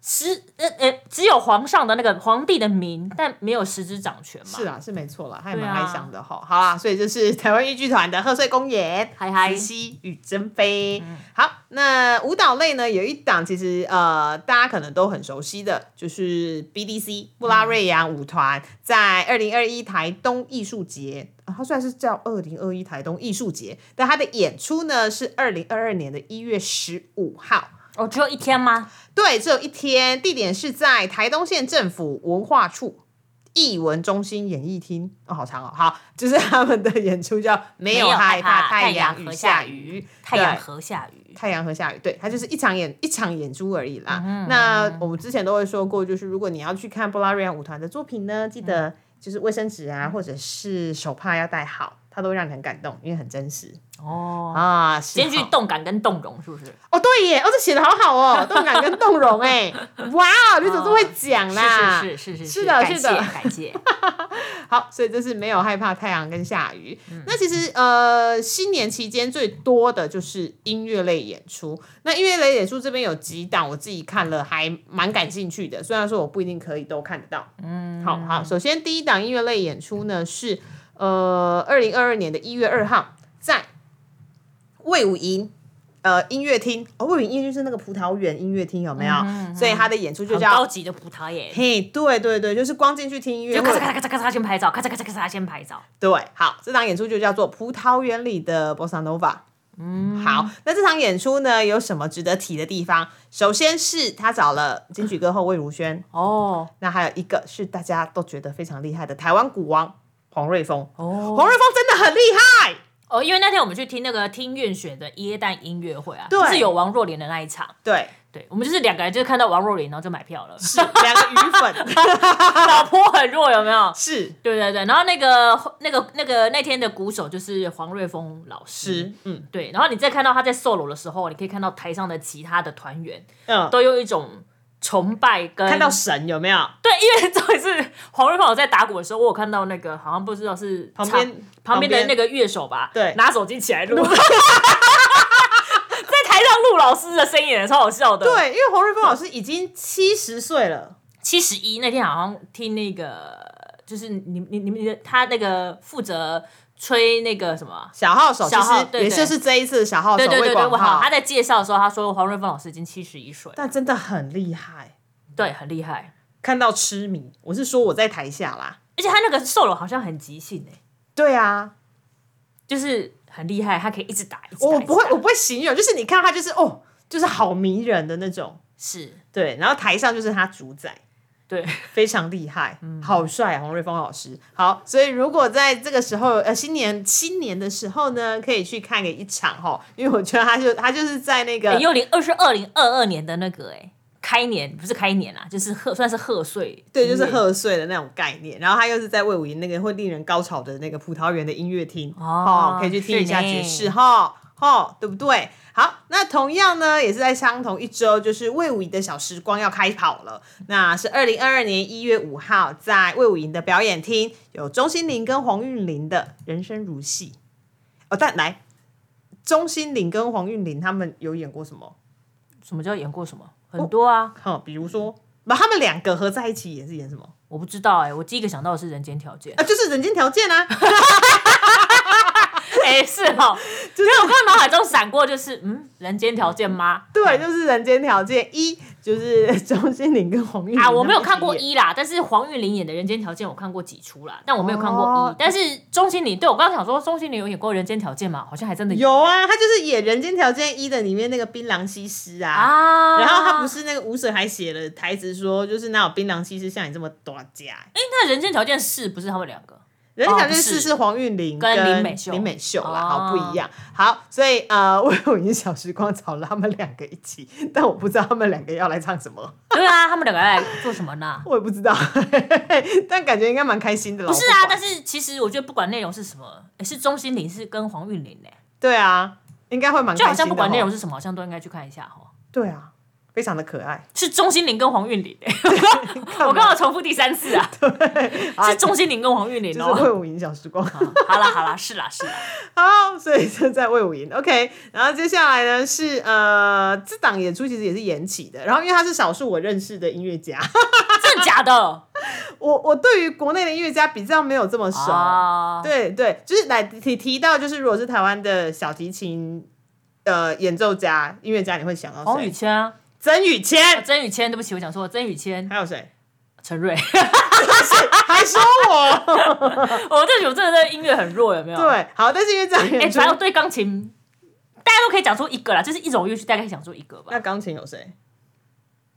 Speaker 2: 实呃呃，只有皇上的那个皇帝的名，但没有实质掌权嘛。
Speaker 1: 是啊，是没错啦，还
Speaker 2: 对
Speaker 1: 蛮
Speaker 2: 啊
Speaker 1: 哀伤的哈。好啦，所以这是台湾豫剧团的贺岁公演，
Speaker 2: 嗨嗨嗯
Speaker 1: 慈禧与珍妃。好，那舞蹈类呢，有一档其实呃，大家可能都很熟悉的，就是 BDC 布拉瑞扬舞
Speaker 2: 嗯
Speaker 1: 团在二零二一台东艺术节。啊它虽然是叫二零二一台东艺术节，但它的演出呢是二零二二年的一月十五号，
Speaker 2: 哦，只有一天吗？
Speaker 1: 对，只有一天，地点是在台东县政府文化处艺文中心演艺厅。哦，好长哦，好，就是他们的演出叫《没有
Speaker 2: 没有
Speaker 1: 害
Speaker 2: 害怕
Speaker 1: 怕太
Speaker 2: 太
Speaker 1: 阳
Speaker 2: 阳
Speaker 1: 与
Speaker 2: 和
Speaker 1: 下
Speaker 2: 下
Speaker 1: 雨》，
Speaker 2: 太阳
Speaker 1: 对
Speaker 2: 和下雨。
Speaker 1: 太阳和下雨，对，它就是一场演一场演出而已啦。那我们之前都会说过，就是如果你要去看布拉瑞扬舞团的作品呢，记得就是卫生纸啊，或者是手帕要带好，它都会让你很感动，因为很真实
Speaker 2: 哦，
Speaker 1: 啊。是
Speaker 2: 兼具
Speaker 1: 好
Speaker 2: 动感跟动容，是不是？
Speaker 1: 哦，对耶，哦，这写的好好哦，动感跟动容哎，哇，你怎么这么会讲啦？
Speaker 2: [laughs] 是是是是
Speaker 1: 是的
Speaker 2: 感
Speaker 1: 是的
Speaker 2: 谢
Speaker 1: [laughs]
Speaker 2: 感谢。
Speaker 1: 好，所以这是没有害怕太阳跟下雨。
Speaker 2: 嗯
Speaker 1: 那其实呃，新年期间最多的就是音乐类演出。那音乐类演出这边有几档，我自己看了还蛮感兴趣的，虽然说我不一定可以都看得到。嗯，好好，首先第一档音乐类演出呢是呃二零二二年的一月二号在魏武营。呃，音乐厅哦，魏武营音乐厅是那个葡萄园音乐厅，有没
Speaker 2: 嗯
Speaker 1: 有？所以他的演出就
Speaker 2: 很高
Speaker 1: 叫
Speaker 2: 级的葡
Speaker 1: [laughs]
Speaker 2: 萄耶，
Speaker 1: 嘿，对对对，就是光进去听音乐
Speaker 2: 就
Speaker 1: 会，
Speaker 2: 咔嚓咔嚓咔嚓咔嚓先拍照，咔嚓咔嚓咔嚓先拍照。
Speaker 1: 对，好，这档演出就叫做《葡萄园里的 Bossa Nova》。嗯，好，那这场演出呢有什么值得提的地方？首先是他找了金曲歌后魏如萱，
Speaker 2: 哦
Speaker 1: 那还有一个是大家都觉得非常厉害的台湾鼓王黄瑞峰。
Speaker 2: 哦
Speaker 1: 黄瑞峰真的很厉
Speaker 2: [laughs]
Speaker 1: 害，
Speaker 2: 哦，因为那天我们去听那个听院选的耶诞音乐会啊，
Speaker 1: 对
Speaker 2: 就是有王若琳的那一场，
Speaker 1: 对，
Speaker 2: 对我们就是两个人就是看到王若琳，然后就买票了， [laughs]
Speaker 1: 是两个鱼粉，
Speaker 2: 老婆很弱有没有？
Speaker 1: 是
Speaker 2: 对对对，然后那个那个那个那天的鼓手就是黄瑞峰老师，
Speaker 1: 是，嗯
Speaker 2: 对，然后你再看到他在 solo 的时候，你可以看到台上的其他的团员
Speaker 1: 嗯，
Speaker 2: 都有一种崇拜跟
Speaker 1: 看到神有没有？
Speaker 2: 对，因为这一次黄瑞芳有在打鼓的时候，我有看到那个好像不知道是
Speaker 1: 旁
Speaker 2: 唱
Speaker 1: 边
Speaker 2: 旁边的那
Speaker 1: 个
Speaker 2: 个乐手吧，
Speaker 1: 对
Speaker 2: 拿手机起来录，在 [laughs] 台上录老师的声音也超好笑的。，
Speaker 1: 对，因为黄瑞峰老师已经七十岁了，
Speaker 2: 七十一那天好像听那个就是你你你们他那个负责吹那个什么啊。
Speaker 1: 小号手其
Speaker 2: 小号
Speaker 1: 实
Speaker 2: 对
Speaker 1: 也
Speaker 2: 对
Speaker 1: 就是这一次小号手
Speaker 2: 对对
Speaker 1: 魏
Speaker 2: 对对，
Speaker 1: 广
Speaker 2: 我好，
Speaker 1: 浩
Speaker 2: 他，在介绍的时候，他说黄瑞峰老师已经七十一岁了，
Speaker 1: 但真的很厉害。
Speaker 2: 对，很厉害，
Speaker 1: 看到痴迷，我是说我在台下啦。
Speaker 2: 而且他那个售楼好像很即兴欸诶、
Speaker 1: 对啊，
Speaker 2: 就是很厉害，他可以一直打，一直打
Speaker 1: 我哦不会
Speaker 2: 一，直打
Speaker 1: 我不会形容，就是你看他就是哦，就是好迷人的那种。
Speaker 2: 是
Speaker 1: 对，啊然后台上就是他主宰，
Speaker 2: 对，
Speaker 1: 非常厉害，好帅啊，黄瑞峰老师。好，所以如果在这个时候，呃，新年新年的时候呢，可以去看个一场哈，因为我觉得他就他就是在那个、
Speaker 2: 欸幽灵二是二零二二年的那个哎、开年不是开年啦，就是贺算是贺岁，
Speaker 1: 对，就是。贺岁的那种概念。然后他又是在魏武营那个会令人高潮的那个葡萄园的音乐厅，
Speaker 2: 哦
Speaker 1: 可以去听一下
Speaker 2: 是呢
Speaker 1: 爵士哈，哈，对不对？好，那同样呢，也是在相同一周，就是魏武营的小时光要开跑了。那是二零二二年一月五号，在魏武营的表演厅有钟欣凌跟黄韵玲的《人生如戏》。哦，但来，钟欣凌跟黄韵玲他们有演过什么？
Speaker 2: 什么叫演过什么？很多啊，
Speaker 1: 哈、比如说，把他们两个合在一起也是演什么？
Speaker 2: 我不知道哎、我第一个想到的是《人间条
Speaker 1: [laughs]
Speaker 2: 件》
Speaker 1: 啊，就是《人间条件》啊。
Speaker 2: 哎、是
Speaker 1: [laughs]
Speaker 2: 哦，因为我看脑海中闪过就是嗯，《人间条件》吗？啊
Speaker 1: 对，就是《人间条件》一，就是钟欣凌跟黄韵玲
Speaker 2: 啊，我没有
Speaker 1: 他们
Speaker 2: 看过
Speaker 1: 起演，
Speaker 2: 一啦，但是黄韵玲演的《人间条件》我看过几出啦，但我没有看过一。
Speaker 1: 哦
Speaker 2: 但是钟欣凌，对我刚刚想说，钟欣凌有演过《人间条件》吗？好像还真的
Speaker 1: 有啊，他就是演《人间条件一》的里面那个槟榔西施啊。
Speaker 2: 啊。
Speaker 1: 然后他不
Speaker 2: 是，
Speaker 1: 是那个舞者还写了台词说，就是哪有槟榔西施像你这么多家、
Speaker 2: 哎、那《人间条件》是不是他们两个？
Speaker 1: 人家
Speaker 2: 哦
Speaker 1: 条件
Speaker 2: 不
Speaker 1: 四
Speaker 2: 哦是
Speaker 1: 是黄韵玲
Speaker 2: 跟
Speaker 1: 林
Speaker 2: 林美秀
Speaker 1: 林美秀啦，
Speaker 2: 哦
Speaker 1: 好不一样。好，所以呃，我有影小时光找了他们两个一起，但我不知道他们两个要来唱什么，
Speaker 2: [laughs] 对啊，他们两个来做什么呢？
Speaker 1: 我也不知道， [laughs] 但感觉应该蛮开心的啦。
Speaker 2: 不
Speaker 1: 我
Speaker 2: 是啊，
Speaker 1: 管
Speaker 2: 但是其实我觉得不管内容是什么，诶是钟欣凌是跟黄韵玲呢，
Speaker 1: 对啊，应该会蛮开心
Speaker 2: 就
Speaker 1: 的
Speaker 2: 好像不管
Speaker 1: 吼
Speaker 2: 内容是什么，好像都应该去看一下哈。
Speaker 1: 对啊，非常的可爱。
Speaker 2: 是钟欣凌跟黄韵玲 [laughs] 欸， [laughs] 我
Speaker 1: 我
Speaker 2: 刚好重复第三次 [laughs] 啊，
Speaker 1: 啊
Speaker 2: 是钟欣凌跟黄韵玲
Speaker 1: 就
Speaker 2: 哦。
Speaker 1: 是魏武营小时光， [laughs]
Speaker 2: 啊 [laughs] 好啦好啦，是啦是啦，
Speaker 1: 好，所以就在魏武营，OK。然后接下来呢是呃，这档演出其实也是延期的。然后因为他是少数我认识的音乐家， [laughs]
Speaker 2: 真的假 [laughs] 的？
Speaker 1: 我我对于国内的音乐家比较没有这么熟。
Speaker 2: 啊，
Speaker 1: 对对，就是来提提到就是如果是台湾的小提琴呃演奏家、音乐家，你会想到
Speaker 2: 黄宇
Speaker 1: 谁？
Speaker 2: 谦啊，
Speaker 1: 曾宇
Speaker 2: 啊
Speaker 1: 谦，
Speaker 2: 曾宇谦，对不起，我讲错，了，曾宇谦，
Speaker 1: 还有谁？ [laughs]
Speaker 2: 陈瑞， [laughs]
Speaker 1: 还说我
Speaker 2: 我对不起，我真的对音乐很弱，有没有？，
Speaker 1: 对，好，但是因为这样
Speaker 2: 哎，
Speaker 1: 演出
Speaker 2: 反，正我对钢琴，大家都可以讲出一个啦，就是一种乐器，大概可以讲出一个吧
Speaker 1: 那。钢琴有谁？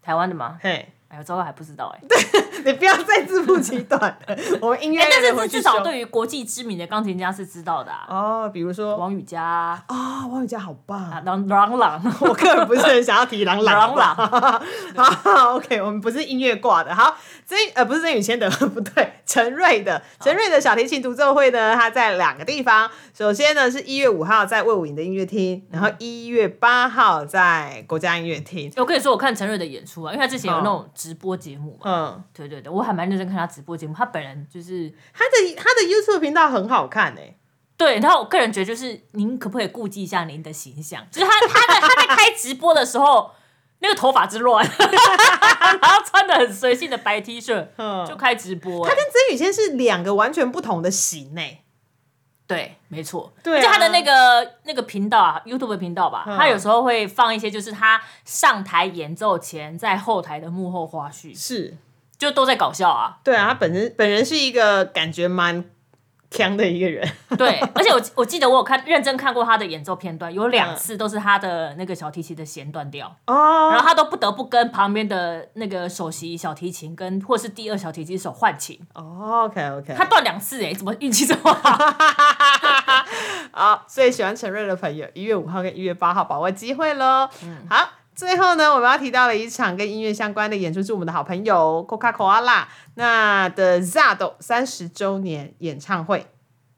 Speaker 2: 台湾的吗？
Speaker 1: 嘿。
Speaker 2: 哎呦，糟糕，还不知道哎。
Speaker 1: [laughs] 你不要再自不其短
Speaker 2: [laughs]
Speaker 1: 了。我们音乐
Speaker 2: 哎、
Speaker 1: 类的
Speaker 2: 但
Speaker 1: 回
Speaker 2: 是
Speaker 1: 去
Speaker 2: 至
Speaker 1: 修
Speaker 2: 少对于国际知名的钢琴家是知道的、啊，
Speaker 1: 哦，比如说
Speaker 2: 王羽佳啊、
Speaker 1: 啊，王宇佳好棒。
Speaker 2: 啊郎郎朗、 [laughs]
Speaker 1: 我个人不是很想要提郎朗，
Speaker 2: 郎 [laughs] 朗，
Speaker 1: [laughs] 好，OK，我们不是音乐挂的。好，曾呃不是曾宇谦的， [laughs] 不对，陈瑞的，陈瑞的小提琴独奏会呢，它在两个地方。首先呢是一月五号在魏武营的音乐
Speaker 2: 嗯
Speaker 1: 厅，然后一月八号在国家音乐厅。
Speaker 2: 我跟你说，我看陈瑞的演出啊，因为他之前有那种直播节目嘛，
Speaker 1: 嗯，
Speaker 2: 对对对，我还蛮认真看他直播节目，他本人就是
Speaker 1: 他的他的 YouTube 频道很好看欸诶、
Speaker 2: 对，然后我个人觉得就是您可不可以顾及一下您的形象，就是他他在他在开直播的时候。 [laughs] 那个头发之乱， [laughs] 然后穿的很随性的白 T 恤
Speaker 1: 嗯
Speaker 2: 就开直播、
Speaker 1: 他
Speaker 2: 哎
Speaker 1: 跟曾宇谦是两个完全不同的型欸诶、
Speaker 2: 对，没错，
Speaker 1: 对啊
Speaker 2: 而且他的那个那个频道啊，YouTube 频道吧，
Speaker 1: 嗯
Speaker 2: 他有时候会放一些，就是他上台演奏前在后台的幕后花絮，
Speaker 1: 是，
Speaker 2: 就都在搞笑啊。
Speaker 1: 对啊，他本身本人是一个感觉蛮强的一个人， [laughs]
Speaker 2: 对，而且我我记得我有看认真看过他的演奏片段，有两次都是他的那个小提琴的弦断掉，
Speaker 1: 哦 [laughs]
Speaker 2: 然后他都不得不跟旁边的那个首席小提琴跟或是第二小提琴手换琴，
Speaker 1: ，OK OK，
Speaker 2: 他断两次哎，怎么运气这么好？
Speaker 1: 好，所以喜欢陈瑞的朋友，一月五号跟一月八号把握机会喽。好。最后呢，我们要提到了一场跟音乐相关的演出，是我们的好朋友 Coca Cola 那的 Zado 三十周年演唱会，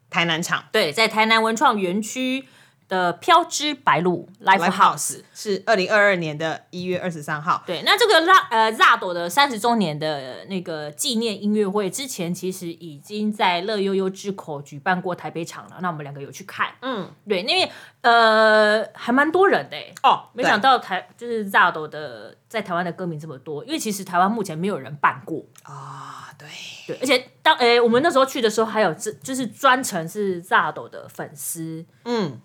Speaker 1: 台南场
Speaker 2: 对，在台南文创园区的飘之白鹭 Live House。
Speaker 1: 是二零二二年的一月二十三号。
Speaker 2: 对，那这个拉呃 Zado 的三十周年的那个纪念音乐会之前，其实已经在乐悠悠之口举办过台北场了。那我们两个有去看，
Speaker 1: 嗯，
Speaker 2: 对，因为呃还蛮多人的欸、
Speaker 1: 哦，
Speaker 2: 没想到台就是 Zado 的在台湾的歌迷这么多，因为其实台湾目前没有人办过，
Speaker 1: 啊、对，
Speaker 2: 对，而且当诶、我们那时候去的时候，还有这就是专程是 Zado 的粉丝，
Speaker 1: 嗯，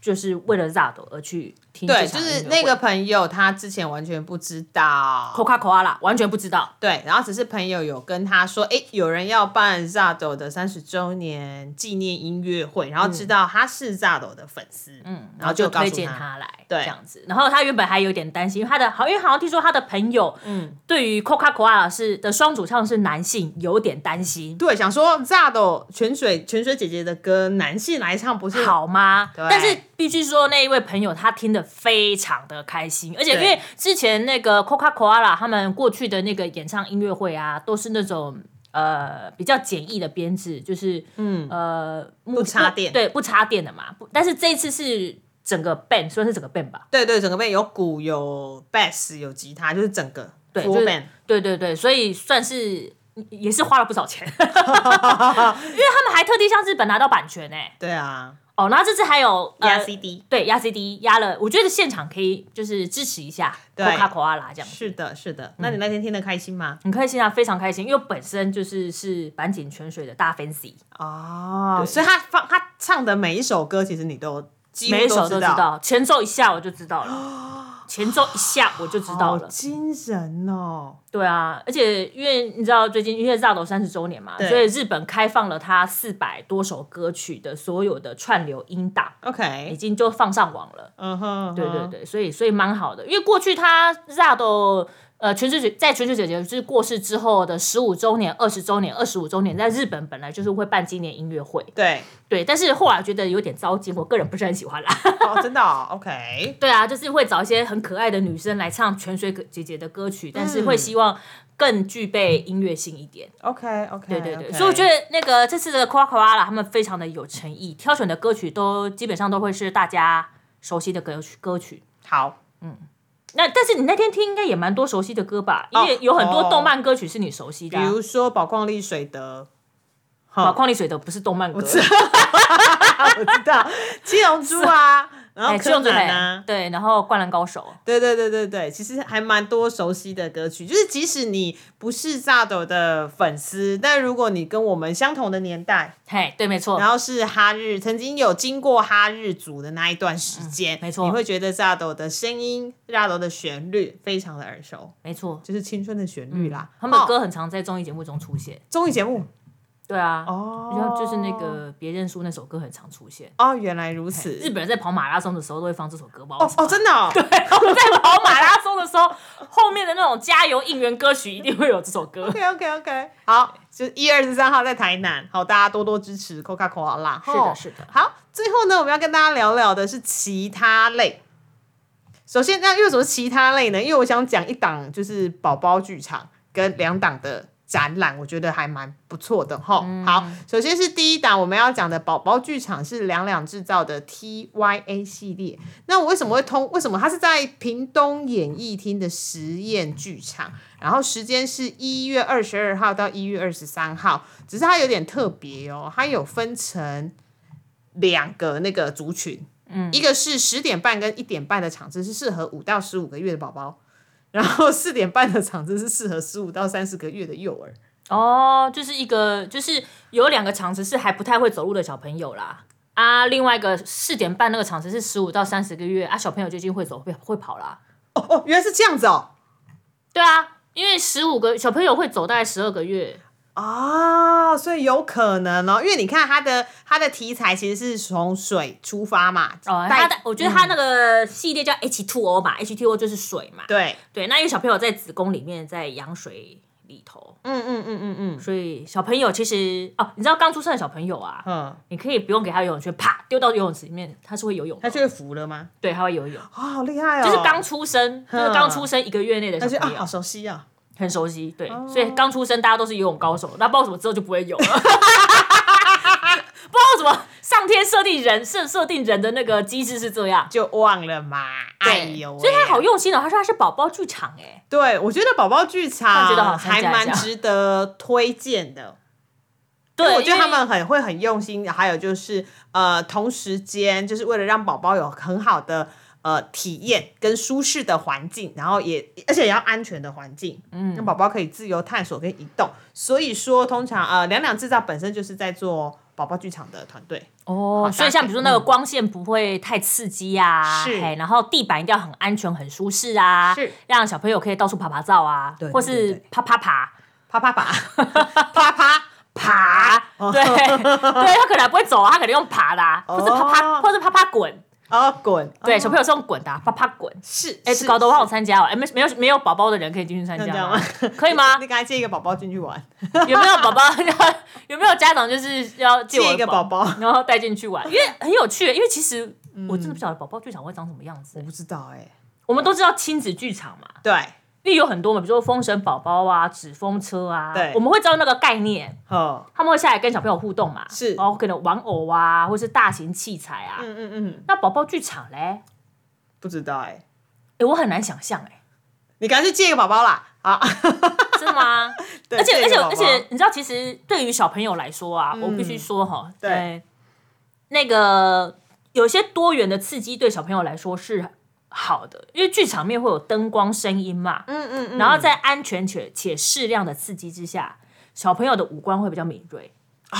Speaker 2: 就是为了 Zado 而去听这
Speaker 1: 对，
Speaker 2: 场
Speaker 1: 就
Speaker 2: 音乐会，
Speaker 1: 是那个朋友他之前完全不知道，
Speaker 2: Coca Cola 啦，完全不知道，
Speaker 1: 对，然后只是朋友有跟他说，哎，有人要办 Zado 的三十周年纪念音乐会，然后
Speaker 2: 嗯
Speaker 1: 知道他是 Zado 的粉丝，嗯，然后
Speaker 2: 就
Speaker 1: 告
Speaker 2: 推
Speaker 1: 诉
Speaker 2: 荐
Speaker 1: 他，
Speaker 2: 他来，
Speaker 1: 对
Speaker 2: 这样子。然后他原本还有点担心，因为他的好，因为好像听说他的朋友，嗯，对于 Coca Cola 是的双主唱是男性，有点担心，
Speaker 1: 对，想说 Zado 泉水泉水姐姐的歌男性来唱不是
Speaker 2: 好吗？
Speaker 1: 对
Speaker 2: 但是必须说那一位朋友他听得非常的开心，而且因
Speaker 1: 对
Speaker 2: 为之前那个 Coca Cola 他们过去的那个演唱音乐会啊，都是那种。呃，比较简易的编制，就是嗯呃不
Speaker 1: 插电
Speaker 2: 对，不插电的嘛。不但是这一次是整个 band，算是整个 band 吧，
Speaker 1: 对对，整个 band 有鼓有 bass 有吉他，就是整个
Speaker 2: 对
Speaker 1: full
Speaker 2: 就是
Speaker 1: band，
Speaker 2: 对对对，所以算是也是花了不少钱，因 [laughs] 为他们还特地向日本拿到版权呢、
Speaker 1: 对啊，，E
Speaker 2: 哦，然后这次还有
Speaker 1: 压
Speaker 2: 呃
Speaker 1: CD，
Speaker 2: 对压 CD 压了，我觉得现场可以就是支持一下
Speaker 1: 对
Speaker 2: Coca Cola 啦，这样
Speaker 1: 是的，是的，那你
Speaker 2: 嗯
Speaker 1: 那天听得开心吗？
Speaker 2: 很开心啊，非常开心，因为我本身就是是板井泉水的大 fans，
Speaker 1: 哦，所以他放他唱的每一首歌，其实你都几
Speaker 2: 每一
Speaker 1: 乎
Speaker 2: 首都
Speaker 1: 知
Speaker 2: 知
Speaker 1: 道。
Speaker 2: 道，前奏一下我就知道了，
Speaker 1: [gasps]
Speaker 2: 前奏一下我就知道
Speaker 1: 好
Speaker 2: 了，
Speaker 1: 精神哦！
Speaker 2: 对啊，而且因为你知道最近因为大斗三十周年嘛，
Speaker 1: 对
Speaker 2: 所以日本开放了它四百多首歌曲的所有的串流音档，已
Speaker 1: OK，
Speaker 2: 经就放上网了。
Speaker 1: 嗯哼，
Speaker 2: 对对，对，所以所以蛮好的，因为过去他大斗呃全球姐在全球姐姐就是过世之后的十五周年、二十周年、二十五周年，在日本本来就是会办纪念音乐会，
Speaker 1: 对，
Speaker 2: 对，但是后来觉得有点糟心，我个人不是很喜欢啦。 [laughs]
Speaker 1: 哦，真的哦，OK，
Speaker 2: 对啊，就是会找一些很可爱的女生来唱泉水姐姐的歌曲，但是会
Speaker 1: 嗯
Speaker 2: 希望更具备音乐性一点。
Speaker 1: OK OK，
Speaker 2: 对对对，所以我觉得那个这次的 c o a c o a l a 他们非常的有诚意，挑选的歌曲都基本上都会是大家熟悉的歌曲歌曲。
Speaker 1: 好，
Speaker 2: 那但是你那天听应该也蛮多熟悉的歌吧，因为有很多
Speaker 1: 哦
Speaker 2: 动漫歌曲是你熟悉
Speaker 1: 比
Speaker 2: 的、啊。
Speaker 1: 如说宝矿力水
Speaker 2: [laughs]
Speaker 1: 德，
Speaker 2: 宝矿力水的不是动漫歌， [laughs]
Speaker 1: 我知道七龙珠啊，然后
Speaker 2: 哎，
Speaker 1: 柯
Speaker 2: 对
Speaker 1: 南啊，
Speaker 2: 对，然后灌篮高手，
Speaker 1: 对对对对对，其实还蛮多熟悉的歌曲，就是即使你不是炸斗的粉丝，但如果你跟我们相同的年代，
Speaker 2: 嘿，对，没错，
Speaker 1: 然后是哈日，曾经有经过哈日族的那一段时间、
Speaker 2: 嗯没错
Speaker 1: 你会觉得炸斗的声音、炸斗的旋律非常的耳熟，
Speaker 2: 没错，
Speaker 1: 就是青春的旋律啦。
Speaker 2: 嗯他们的
Speaker 1: 哦
Speaker 2: 歌很常在综艺节目中出现。
Speaker 1: 综艺节目
Speaker 2: 对啊，
Speaker 1: 哦
Speaker 2: 然后就是那个别认输那首歌很常出现。
Speaker 1: 哦，原来如此，
Speaker 2: 日本人在跑马拉松的时候都会放这首歌，不知道为
Speaker 1: 哦
Speaker 2: 什么
Speaker 1: 哦，真的
Speaker 2: [laughs]
Speaker 1: 哦，
Speaker 2: 然后在跑马拉松的时候，后面的那种加油应援歌曲一定会有这首歌。
Speaker 1: OK OK OK，好，就一月二十三号在台南，好，大家多多支持 Coca Cola 啦。
Speaker 2: 是的
Speaker 1: 吼
Speaker 2: 是的
Speaker 1: 好，最后呢，我们要跟大家聊聊的是其他类。首先，那为什么是其他类呢？因为我想讲一档就是宝宝剧场跟两档的展览，我觉得还蛮不错的哈。吼好，首先是第一档我们要讲的宝宝剧场是两两制造的 TYA 系列。那我为什么会通？为什么它是在屏东演艺厅的实验剧场？然后时间是一月二十二号到一月二十三号，只是它有点特别哦，它有分成两个那个族群，嗯，一个是十点半跟一点半的场次是适合五到十五个月的宝宝，然后四点半的场次是适合十五到三十个月的幼儿。
Speaker 2: 哦，就是一个就是有两个场次是还不太会走路的小朋友啦。啊，另外一个四点半那个场次是十五到三十个月啊，小朋友就已经会走会会跑啦。
Speaker 1: 哦哦，原来是这样子哦。
Speaker 2: 对啊，因为十五个小朋友会走大概十二个月，
Speaker 1: 哦，所以有可能哦，因为你看它的它的题材其实是从水出发嘛，
Speaker 2: 哦，
Speaker 1: 带嗯
Speaker 2: 它的我觉得它那个系列叫 H2O 嘛，H2O 就是水嘛。
Speaker 1: 对，
Speaker 2: 对，那因为小朋友在子宫里面，在羊水里头，
Speaker 1: 嗯嗯嗯嗯嗯
Speaker 2: 所以小朋友其实哦，你知道刚出生的小朋友啊，
Speaker 1: 嗯，
Speaker 2: 你可以不用给他游泳圈，啪丢到游泳池里面，他是会游泳
Speaker 1: 它
Speaker 2: 的，
Speaker 1: 就会浮了吗？
Speaker 2: 对，他会游泳，
Speaker 1: 哦，好厉害哦，
Speaker 2: 就是刚出生，就是刚出生一个月内的
Speaker 1: 它就
Speaker 2: 小
Speaker 1: 啊
Speaker 2: 朋，友
Speaker 1: 好，哦熟悉啊、
Speaker 2: 很熟悉，对，所以刚出生大家都是游泳高手，那不知道怎么之后就不会游了。 [laughs] 不知道怎么上天设定人设设定人的那个机制是这样，
Speaker 1: 就忘了嘛，哎呦喂，
Speaker 2: 所以他好用心哦，他说他是宝宝剧场哎、
Speaker 1: 对，我觉得宝宝剧
Speaker 2: 那觉得好
Speaker 1: 场
Speaker 2: 参加
Speaker 1: 还
Speaker 2: 一
Speaker 1: 蛮
Speaker 2: 下
Speaker 1: 值得推荐的。
Speaker 2: 对，
Speaker 1: 我觉得他
Speaker 2: 因为
Speaker 1: 们很会很用心，还有就是呃，同时间就是为了让宝宝有很好的呃体验跟舒适的环境，然后也而且也要安全的环境，嗯，让宝宝可以自由探索跟移动。所以说，通常呃，两两制造本身就是在做宝宝剧场的团队，
Speaker 2: 哦，所以像比如说那个光线不会太刺激呀、啊，
Speaker 1: 嗯是
Speaker 2: 嘿然后地板一定要很安全、很舒适啊，
Speaker 1: 是
Speaker 2: 让小朋友可以到处爬爬照啊，
Speaker 1: 对对
Speaker 2: 或
Speaker 1: 对
Speaker 2: 是
Speaker 1: 对
Speaker 2: 啪啪爬
Speaker 1: 啪啪
Speaker 2: [laughs]
Speaker 1: 啪啪啪
Speaker 2: 爬， [laughs] 对对，他可能还不会走啊，他可能用爬的、啊，或是啪啪，
Speaker 1: 哦
Speaker 2: 或是啪啪滚，
Speaker 1: 哦滚，
Speaker 2: 对，
Speaker 1: 哦
Speaker 2: 小朋友是用滚的啊、啪啪滚。
Speaker 1: 是
Speaker 2: 哎，
Speaker 1: 是
Speaker 2: 搞得我好参加哦！哎，没没有没有宝宝的人可以进去参
Speaker 1: 这
Speaker 2: 加
Speaker 1: 样
Speaker 2: 吗
Speaker 1: [laughs] 吗？
Speaker 2: [laughs] 可以吗
Speaker 1: 你？给他借一个宝宝进去玩，
Speaker 2: 有没有宝宝？ [laughs] 有没有家长就是要借我
Speaker 1: 借
Speaker 2: 的
Speaker 1: 一个宝宝，
Speaker 2: 然后带进去 [laughs] 玩？因为很有趣，因为其实我真的不晓得宝宝剧场会长什么样子
Speaker 1: 我。不知道哎、
Speaker 2: 我们都知道亲子剧场嘛，
Speaker 1: 对，
Speaker 2: 因为有很多嘛，比如说《封神宝宝》啊，《纸风车》啊，
Speaker 1: 对
Speaker 2: 我们会知道那个概念，
Speaker 1: 哦，
Speaker 2: 他们会下来跟小朋友互动嘛，
Speaker 1: 是
Speaker 2: 然后可能玩偶啊，或是大型器材啊。
Speaker 1: 嗯嗯嗯，
Speaker 2: 那宝宝剧场嘞，
Speaker 1: 不知道哎、
Speaker 2: 哎，我很难想象哎、
Speaker 1: 你干脆借一个宝宝啦啊！
Speaker 2: 真的吗？
Speaker 1: [laughs] 对
Speaker 2: 而且
Speaker 1: 借
Speaker 2: 而
Speaker 1: 一
Speaker 2: 且
Speaker 1: 个宝宝嗯
Speaker 2: 而且，你知道，其实对于小朋友来说啊，我必须说哈，
Speaker 1: 对，
Speaker 2: 那个有些多元的刺激对小朋友来说是好的，因为剧场面会有灯光、声音嘛，
Speaker 1: 嗯嗯嗯，
Speaker 2: 然后在安全且且适量的刺激之下，小朋友的五官会比较敏锐。
Speaker 1: 哦，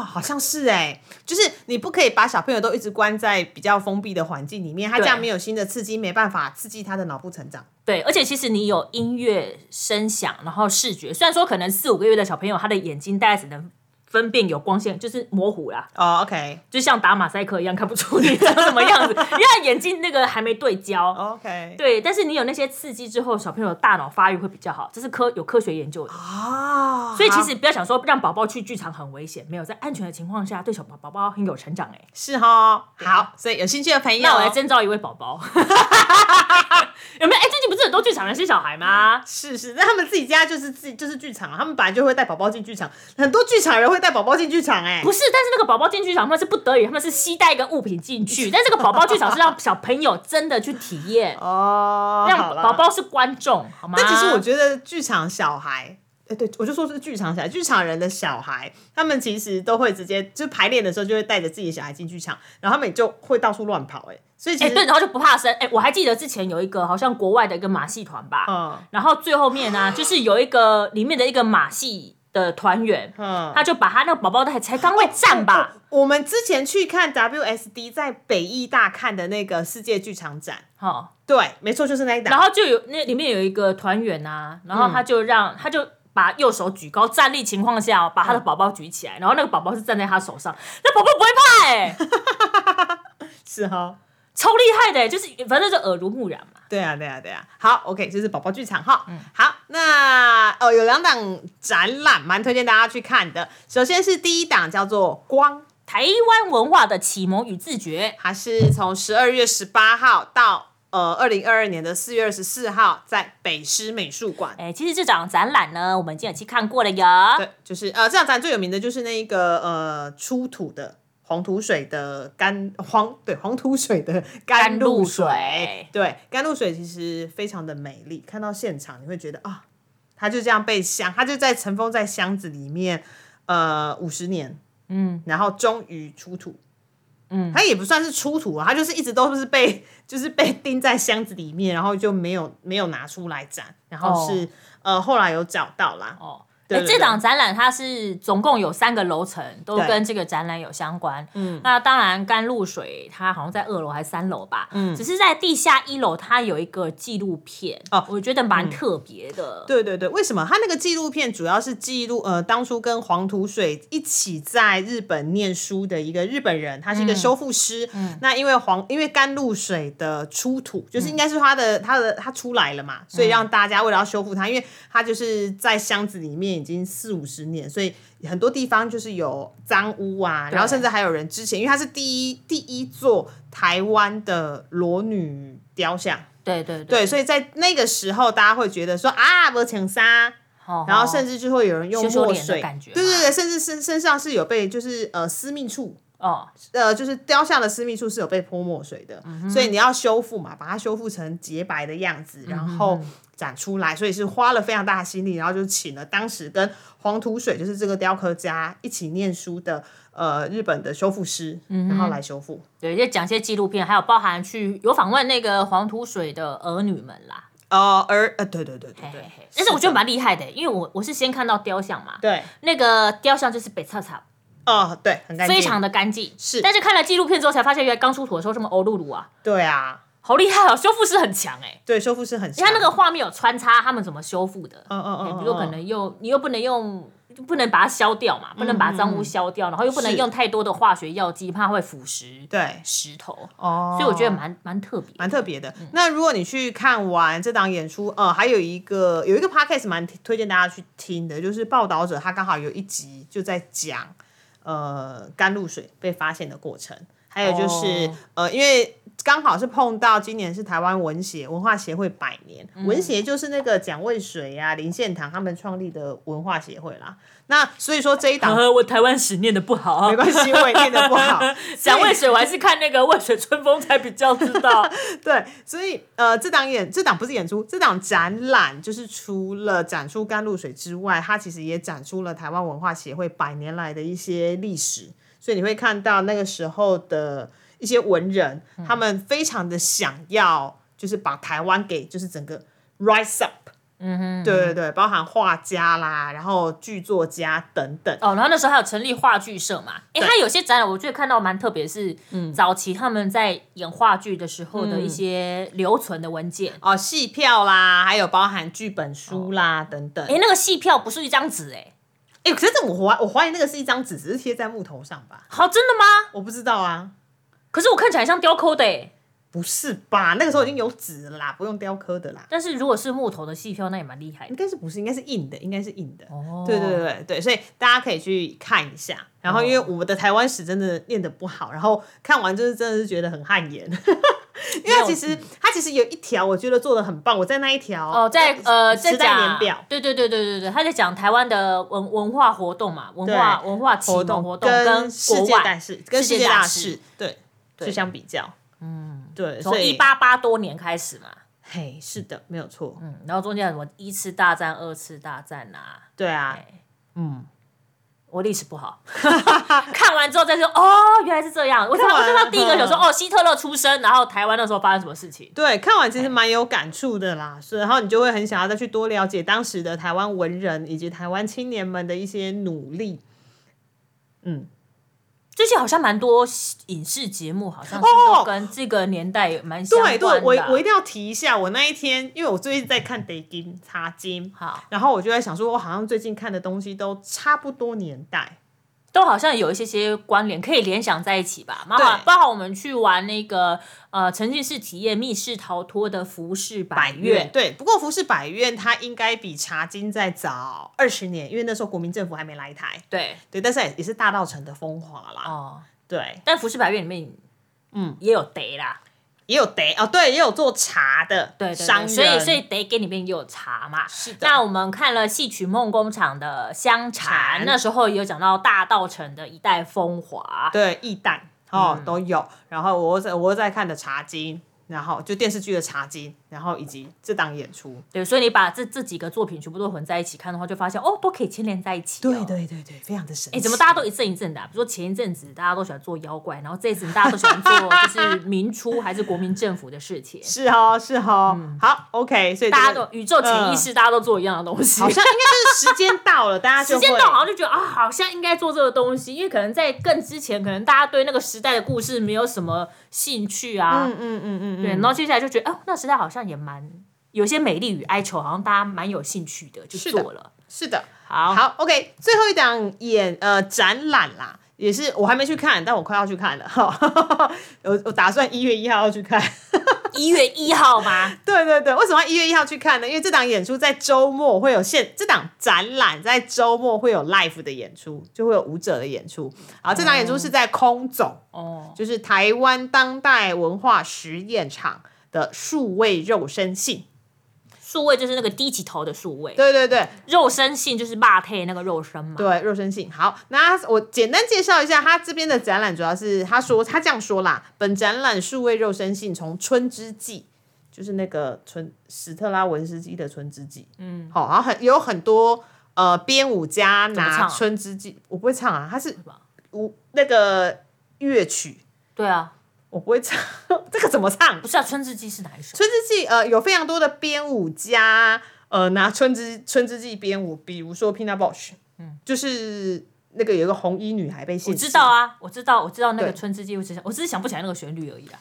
Speaker 1: 好像是哎、就是你不可以把小朋友都一直关在比较封闭的环境里面，他这
Speaker 2: 对
Speaker 1: 样没有新的刺激，没办法刺激他的脑部成长。
Speaker 2: 对，而且其实你有音乐、声响，然后视觉，虽然说可能四五个月的小朋友，他的眼睛大概只能分辨有光线，就是模糊啦，
Speaker 1: 哦，OK
Speaker 2: 就像打马赛克一样，看不出你长什么样子，因为他眼睛那个还没对
Speaker 1: 哦
Speaker 2: 焦。
Speaker 1: OK，
Speaker 2: 对，但是你有那些刺激之后，小朋友的大脑发育会比较好，这是科有科学研究的。
Speaker 1: 啊，
Speaker 2: 所以其实不要想说让宝宝去剧场很危险，没有在安全的情况下，对小宝宝宝很有成长哎、
Speaker 1: 是哈，好，所以有啊兴趣的朋友，
Speaker 2: 那我来征召一位宝宝， [laughs] 有没有？哎、最近不是很多剧场人是小孩吗？
Speaker 1: 是是，那他们自己家就是自己就是剧场，他们本来就会带宝宝进剧场，很多剧场人会带宝宝进剧场哎、，
Speaker 2: 不是，但是那个宝宝进剧场，他们是不得已，他们是携带一个物品进去，但这个宝宝剧场是让小朋友真的去体验
Speaker 1: 哦，
Speaker 2: 让
Speaker 1: 好啦
Speaker 2: 宝宝是观众，好吗？
Speaker 1: 但其实我觉得剧场小孩，哎、对我就说是剧场小孩，剧场人的小孩，他们其实都会直接就排练的时候就会带着自己的小孩进剧场，然后他们就会到处乱跑、哎，所以其
Speaker 2: 哎、
Speaker 1: 实、
Speaker 2: 对，然后就不怕生。哎、我还记得之前有一个好像国外的一个马戏团吧，
Speaker 1: 嗯
Speaker 2: 然后最后面呢、
Speaker 1: [laughs]
Speaker 2: 就是有一个里面的一个马戏的团员，
Speaker 1: 嗯，哦
Speaker 2: 他就把他那个宝宝的才刚会站吧，
Speaker 1: [laughs] 我们之前去看 WSD 在北艺大看的那个世界剧场展，
Speaker 2: 好、
Speaker 1: 对，没错，就是那一
Speaker 2: 然
Speaker 1: 档，
Speaker 2: 后就有那里面有一个团员啊，然后他就让、他就。把右手举高，站立情况下、哦、把他的宝宝举起来，然后那个宝宝是站在他手上，那宝宝不会怕哎、
Speaker 1: 是哈。
Speaker 2: 超厉害的、欸，就是反正就耳濡目染嘛。
Speaker 1: 对啊，对啊，对啊。好，OK，这是宝宝剧场哈。
Speaker 2: 嗯
Speaker 1: 好，那哦，有两档展览蛮推荐大家去看的。首先是第一档叫做《光
Speaker 2: 台湾文化的启蒙与自觉，
Speaker 1: 它是从十二月十八号到呃二零二二年的四月二十四号，在北师美术馆。
Speaker 2: 哎、其实这场展览呢，我们已经有去看过了呀。
Speaker 1: 对，就是呃，这场展最有名的就是那一个呃出土的黄土水的甘黄对黄土水的甘露水，
Speaker 2: 甘露水
Speaker 1: 对甘露水其实非常的美丽，看到现场你会觉得啊，它就这样被箱，它就在尘封在箱子里面呃五十年，嗯，然后终于出土。嗯，它也不算是出土啊，它就是一直都是被就是被 [laughs] 钉在箱子哦里面，然后就没有没有拿出来展，然后是、呃后来有找到啦，
Speaker 2: 哦，
Speaker 1: 对
Speaker 2: 哎，
Speaker 1: 对
Speaker 2: 这
Speaker 1: 对
Speaker 2: 档展览它是总共有三个楼层，都
Speaker 1: 对
Speaker 2: 跟这个展览有相关。
Speaker 1: 嗯，
Speaker 2: 那当然，甘露水它好像在二楼还是三楼吧？
Speaker 1: 嗯
Speaker 2: 只是在地下一楼，它有一个纪录片，
Speaker 1: 哦
Speaker 2: 我觉得蛮特别的。
Speaker 1: 对对对，为什么他那个纪录片主要是记录呃当初跟黄土水一起在日本念书的一个日本人，他是一个修复师。那因为黄因为甘露水的出土，就是应该是他的、他的他出来了嘛，所以让大家为了要修复它，因为它就是在箱子里面已经四五十年，所以很多地方就是有脏污啊，然后甚至还有人之前，因为它是第一第一座台湾的裸女雕像。
Speaker 2: 对对对
Speaker 1: 对，所以在那个时候，大家会觉得说啊，我请杀，然后甚
Speaker 2: 至
Speaker 1: 至就会有人用
Speaker 2: 哦羞羞
Speaker 1: 墨
Speaker 2: 脸的
Speaker 1: 水，
Speaker 2: 感觉
Speaker 1: 对对
Speaker 2: 嘛
Speaker 1: 对，甚至身身上是有被就是呃私密处，
Speaker 2: 哦，嗯
Speaker 1: 呃就是雕像的私密处是有被泼墨水的，所以你要修复嘛，把它修复成洁白的样
Speaker 2: 嗯
Speaker 1: 子，然后展出来，所以是花了非常大的心力，然后就请了当时跟黄土水就是这个雕刻家一起念书的呃日本的修复师，
Speaker 2: 嗯
Speaker 1: 然后来修复。
Speaker 2: 对，就讲一些纪录片，还有包含去有访问那个黄土水的儿女们啦。
Speaker 1: 呃，而呃，对对对对
Speaker 2: 嘿
Speaker 1: 对
Speaker 2: 嘿，但是我觉得
Speaker 1: 的
Speaker 2: 蛮厉害的，因为我我是先看到雕像嘛，
Speaker 1: 对，
Speaker 2: 那个雕像就是北草草，
Speaker 1: 哦，对，很干净，
Speaker 2: 非常的干净。
Speaker 1: 是
Speaker 2: 但是看了纪录片之后才发现，原来刚出土的时候这么欧露露啊，
Speaker 1: 对啊，
Speaker 2: 好厉害哦，修复师很强哎、
Speaker 1: 对，啊修复是很
Speaker 2: 因
Speaker 1: 像
Speaker 2: 为他那个画面有穿插他们怎么修复的，
Speaker 1: 嗯嗯嗯
Speaker 2: 哎
Speaker 1: 嗯
Speaker 2: 比如可能用你又不能用，不能把它消掉嘛，不能把脏污消掉，然后又不能
Speaker 1: 嗯是
Speaker 2: 用太多的化学药剂，怕会腐蚀
Speaker 1: 对
Speaker 2: 石头，
Speaker 1: 哦
Speaker 2: 所以我觉得蛮嗯蛮特别。
Speaker 1: 蛮特别的。那如果你去看完这档演出，呃，还有一个有一个 podcast 蛮推荐大家去听的，就是报道者他刚好有一集就在讲呃甘露水被发现的过程，还有就是、
Speaker 2: 哦
Speaker 1: 呃因为。刚好是碰到今年是台湾文协文化协会百年，
Speaker 2: 嗯
Speaker 1: 文协就是那个蒋渭水啊、林献堂他们创立的文化协会啦。那所以说这
Speaker 2: [laughs]
Speaker 1: 一档
Speaker 2: 呃，我台湾史念的不好啊，，
Speaker 1: 没关系，我也念的不好
Speaker 2: [laughs] 讲渭水，我还是看那个《渭水春风》才比较知
Speaker 1: [laughs]
Speaker 2: 道。
Speaker 1: 对，所以呃，这档演这档不是演出，这档展览就是除了展出甘露水之外，它其实也展出了台湾文化协会百年来的一些历史，所以你会看到那个时候的一些文人，他们非常的想要就是把台湾给就是整个 rise up。嗯哼，对对对，包含画家啦，然后剧作家等等，
Speaker 2: 哦，然后那时候还有成立话剧社嘛。哎，
Speaker 1: 对嗯
Speaker 2: 他有些展览，我觉得看到蛮特别，是早期他们在演话剧的时候的一些留存的文件。
Speaker 1: 哦，戏票啦，还有包含剧本书啦、等等。
Speaker 2: 哎，那个戏票不是一张纸哎，
Speaker 1: 哎、可是这我怀我怀疑那个是一张纸，只是贴在木头上吧？
Speaker 2: 好，真的吗？
Speaker 1: 我不知道啊，
Speaker 2: 可是我看起来像雕刻的哎。
Speaker 1: 不是吧？那个时候已经有纸了啦，不用雕刻的啦。
Speaker 2: 但是如果是木头的戏票，那也蛮厉害
Speaker 1: 应
Speaker 2: 的。
Speaker 1: 该是不是？应该是硬的，应该是硬的。
Speaker 2: 哦
Speaker 1: 对对对对，所以大家可以去看一下。然后，因为我们的台湾史真的念得不好，然后看完就是真的是觉得很汗
Speaker 2: [laughs]
Speaker 1: 颜，因为它其实它其实有一条我觉得做的很棒，我在那一条
Speaker 2: 哦，在呃，在
Speaker 1: 时代
Speaker 2: 讲
Speaker 1: 年表
Speaker 2: 对对对对对对，他在讲台湾的文文化活动嘛，文化文化启
Speaker 1: 活
Speaker 2: 蒙
Speaker 1: 动
Speaker 2: 活动
Speaker 1: 跟世
Speaker 2: 国
Speaker 1: 界大
Speaker 2: 外
Speaker 1: 事跟
Speaker 2: 世界
Speaker 1: 世界
Speaker 2: 大
Speaker 1: 大
Speaker 2: 事
Speaker 1: 事对去相比较，嗯，对，
Speaker 2: 从
Speaker 1: 所以
Speaker 2: 一八八多年开始嘛，
Speaker 1: 嘿是的，没有错，
Speaker 2: 嗯，然后中间有什么一次大战、二次大战啊，
Speaker 1: 对啊，
Speaker 2: 我历史
Speaker 1: [laughs]
Speaker 2: 不好，看完之后再说哦，原来是这样。我看
Speaker 1: 看
Speaker 2: 我
Speaker 1: 完
Speaker 2: 看到第一个有说
Speaker 1: 嗯
Speaker 2: 哦，希特勒出生，然后台湾那时候发生什么事情？
Speaker 1: 对，看完其实蛮有感触的啦，是，然后你就会很想要再去多了解当时的台湾文人以及台湾青年们的一些努力。
Speaker 2: 最近好像蛮多影视节目，好像是
Speaker 1: 哦
Speaker 2: 都跟这个年代蛮相
Speaker 1: 对
Speaker 2: 关的
Speaker 1: 对，
Speaker 2: 啊。
Speaker 1: 我我一定要提一下，我那一天因为我最近在看《得金茶金》，
Speaker 2: 好，
Speaker 1: 然后我就在想说，我好像最近看的东西都差不多年代。
Speaker 2: 都好像有一些些关联，可以联想在一起吧。包含
Speaker 1: 对
Speaker 2: 包含我们去玩那个呃沉浸式体验密室逃脱的服饰百
Speaker 1: 院
Speaker 2: 月，
Speaker 1: 对，不过服饰百院它应该比茶金再早二十年，因为那时候国民政府还没来台。
Speaker 2: 对
Speaker 1: 对，但是也也是大道城的风华啦。
Speaker 2: 哦，
Speaker 1: 对，
Speaker 2: 但服饰百月里面
Speaker 1: 嗯，
Speaker 2: 也有得啦，
Speaker 1: 也有得哦，对，也有做茶的
Speaker 2: 对对
Speaker 1: 商
Speaker 2: 对，
Speaker 1: 人，
Speaker 2: 所以所以得给里面也有茶嘛。
Speaker 1: 是的
Speaker 2: 那我们看了戏曲梦工厂的香茶，
Speaker 1: 茶
Speaker 2: 那时候也有讲到大道城的一代风华，
Speaker 1: 对，易嗯蛋哦、都有。然后我在我在看的《茶经》，然后就电视剧的《茶经》，然后以及这档演出。
Speaker 2: 对，所以你把这这几个作品全部都混在一起看的话，就发现哦，都可以牵连在一起、哦。
Speaker 1: 对。对对对，非常的神奇。
Speaker 2: 哎，怎么大家都一阵一阵的、啊？比如说前一阵子大家都喜欢做妖怪，然后这一阵大家都
Speaker 1: [laughs]
Speaker 2: 喜欢做就是民初还是国民政府的事
Speaker 1: [laughs]
Speaker 2: 情，
Speaker 1: 是哦是哦，好 OK，所以
Speaker 2: 大家
Speaker 1: 这个
Speaker 2: 都宇宙潜意识大家都做一样的东西。
Speaker 1: 嗯好像应该就是时间到了，大家就
Speaker 2: 时间
Speaker 1: 会
Speaker 2: 到，好像就觉得啊，好像应该做这个东西，因为可能在更之前，可能大家对那个时代的故事没有什么兴趣啊，
Speaker 1: 嗯嗯嗯嗯
Speaker 2: 对，然后接下来就觉得，哦，那时代好像也蛮有些美丽与哀愁，好像大家蛮有兴趣的，就是
Speaker 1: 的
Speaker 2: 做了。
Speaker 1: 是的。
Speaker 2: 好，
Speaker 1: 好，OK，最后一档演呃展览啦，也是我还没去看，但我快要去看了哈。我我打算一月一号要去看。
Speaker 2: 一月一号吗？
Speaker 1: 对对对，为什么要一月一号去看呢？因为这档演出在周末会有现，这档展览在周末会有 live 的演出，就会有舞者的演出。然后这档演出是在空总，
Speaker 2: 哦，
Speaker 1: 就是台湾当代文化实验场的数位肉身性。
Speaker 2: 数位就是那个低起头的数位，
Speaker 1: 对对对，
Speaker 2: 肉身性就是霸配那个肉身嘛。
Speaker 1: 对，肉身性。好，那我简单介绍一下，他这边的展览主要是他说他这样说啦，本展览数位肉身性从春之祭，就是那个春史特拉文斯基的春之祭，嗯，好，然后很有很多呃编舞家
Speaker 2: 么唱
Speaker 1: 拿
Speaker 2: 啊
Speaker 1: 春之祭，我不会唱啊，他是
Speaker 2: 吧
Speaker 1: 舞那个乐曲，
Speaker 2: 对啊，
Speaker 1: 我不会唱， [laughs] 这个怎么唱？
Speaker 2: 不是啊，春之祭是哪一首？
Speaker 1: 春之祭呃有非常多的编舞家呃拿春之春之祭编舞，比如说 Pina Bausch，嗯，就是那个有一个红衣女孩被
Speaker 2: 我
Speaker 1: 性
Speaker 2: 知
Speaker 1: 侵
Speaker 2: 道，啊，我知道，我知道那个
Speaker 1: 对
Speaker 2: 春之祭，我只是我只是想不起来那个旋律而已啦。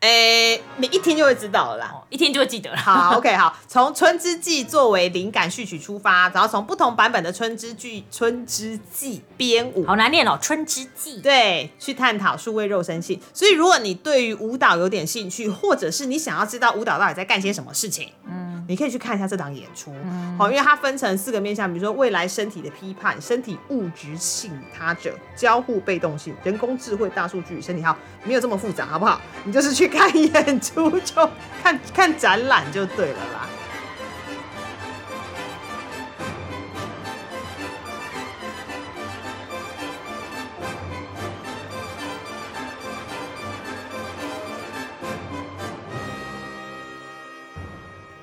Speaker 1: 哎、你一听就会知道了啦。
Speaker 2: 哦，一听就会记得了。
Speaker 1: 好，OK，好，从《春之祭》作为灵感序曲出发，然后从不同版本的《春之祭》《春之祭》编舞，
Speaker 2: 好难念哦，春之祭。
Speaker 1: 对，去探讨数位肉身性。所以，如果你对于舞蹈有点兴趣，或者是你想要知道舞蹈到底在干些什么事情，嗯，你可以去看一下这档演出。好、因为它分成四个面向，比如说未来身体的批判、身体物质性与他者、交互被动性、人工智慧、大数据与身体好，没有这么复杂，好不好？你就是去看演出就看 [laughs] 看展览就对了啦。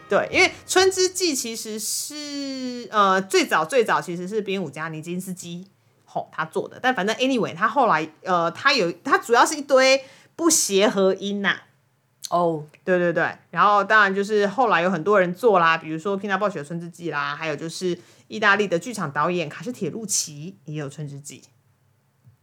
Speaker 1: 对，因为《春之祭》其实是呃最早最早其实是编舞家尼金斯基吼他做的，但反正 anyway 他后来呃他有他主要是一堆不协和音呐、
Speaker 2: 哦，
Speaker 1: 对对对，然后当然就是后来有很多人做啦，比如说《拼达暴雪》的《春之祭》啦，还有就是意大利的剧场导演卡斯铁路奇也有《春之祭》。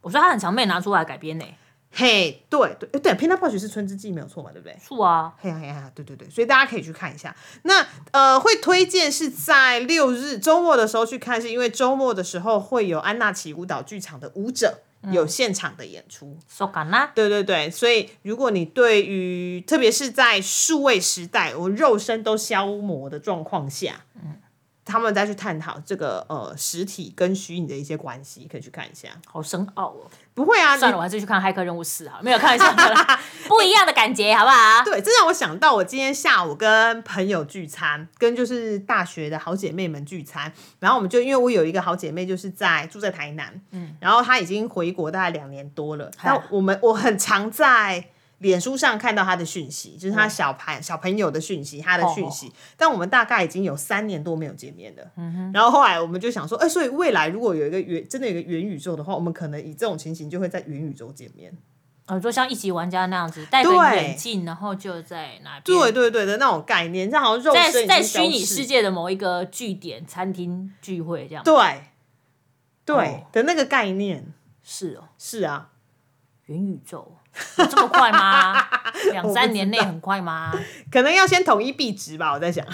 Speaker 2: 我说他很常被拿出来改编呢。
Speaker 1: 嘿，对对诶对，《拼达暴雪》是《春之祭》没有错嘛，对不对？
Speaker 2: 树啊，
Speaker 1: 嘿呀嘿呀，对对对，所以大家可以去看一下。那呃，会推荐是在六日周末的时候去看，是因为周末的时候会有安纳奇舞蹈剧场的舞者
Speaker 2: 嗯
Speaker 1: 有现场的演出。
Speaker 2: 手感啦。
Speaker 1: 对对对，所以如果你对于特别是在数位时代，我肉身都消磨的状况下，
Speaker 2: 嗯
Speaker 1: 他们再去探讨这个呃实体跟虚拟的一些关系，可以去看一下。
Speaker 2: 好深奥哦！
Speaker 1: 不会啊，你
Speaker 2: 算了，我还是去看《骇客任务四》好了，没有开玩笑
Speaker 1: [laughs]
Speaker 2: 的啦，不一样的感觉，好不好？
Speaker 1: 对，这让我想到我今天下午跟朋友聚餐，跟就是大学的好姐妹们聚餐，然后我们就因为我有一个好姐妹就是在住在台南，嗯，然后她已经回国大概两年多了，
Speaker 2: 嗨
Speaker 1: 但我们我很常在。脸书上看到她的讯息，就是
Speaker 2: 嗯
Speaker 1: 她小朋、小朋友的讯息，她
Speaker 2: 哦
Speaker 1: 的讯息。但我们大概已经有三年多没有见面了。
Speaker 2: 嗯
Speaker 1: 然后后来我们就想说，哎、所以未来如果有一个元真的有一个元宇宙的话，我们可能以这种情形就会在元宇宙见面。
Speaker 2: 呃，就像一级玩家那样子，戴着
Speaker 1: 对
Speaker 2: 眼镜，然后就在那边，
Speaker 1: 对，对对的那种概念，这样好像肉身
Speaker 2: 在
Speaker 1: 已经
Speaker 2: 在
Speaker 1: 消
Speaker 2: 虚拟
Speaker 1: 失
Speaker 2: 世界的某一个据点、餐厅聚会这样。
Speaker 1: 对，对、
Speaker 2: 哦
Speaker 1: 的那个概念
Speaker 2: 是哦，
Speaker 1: 是啊，
Speaker 2: 元宇宙有这么
Speaker 1: [laughs]
Speaker 2: 快吗？两三年内很快吗？
Speaker 1: 可能要先统一币值吧，我在想。 [laughs]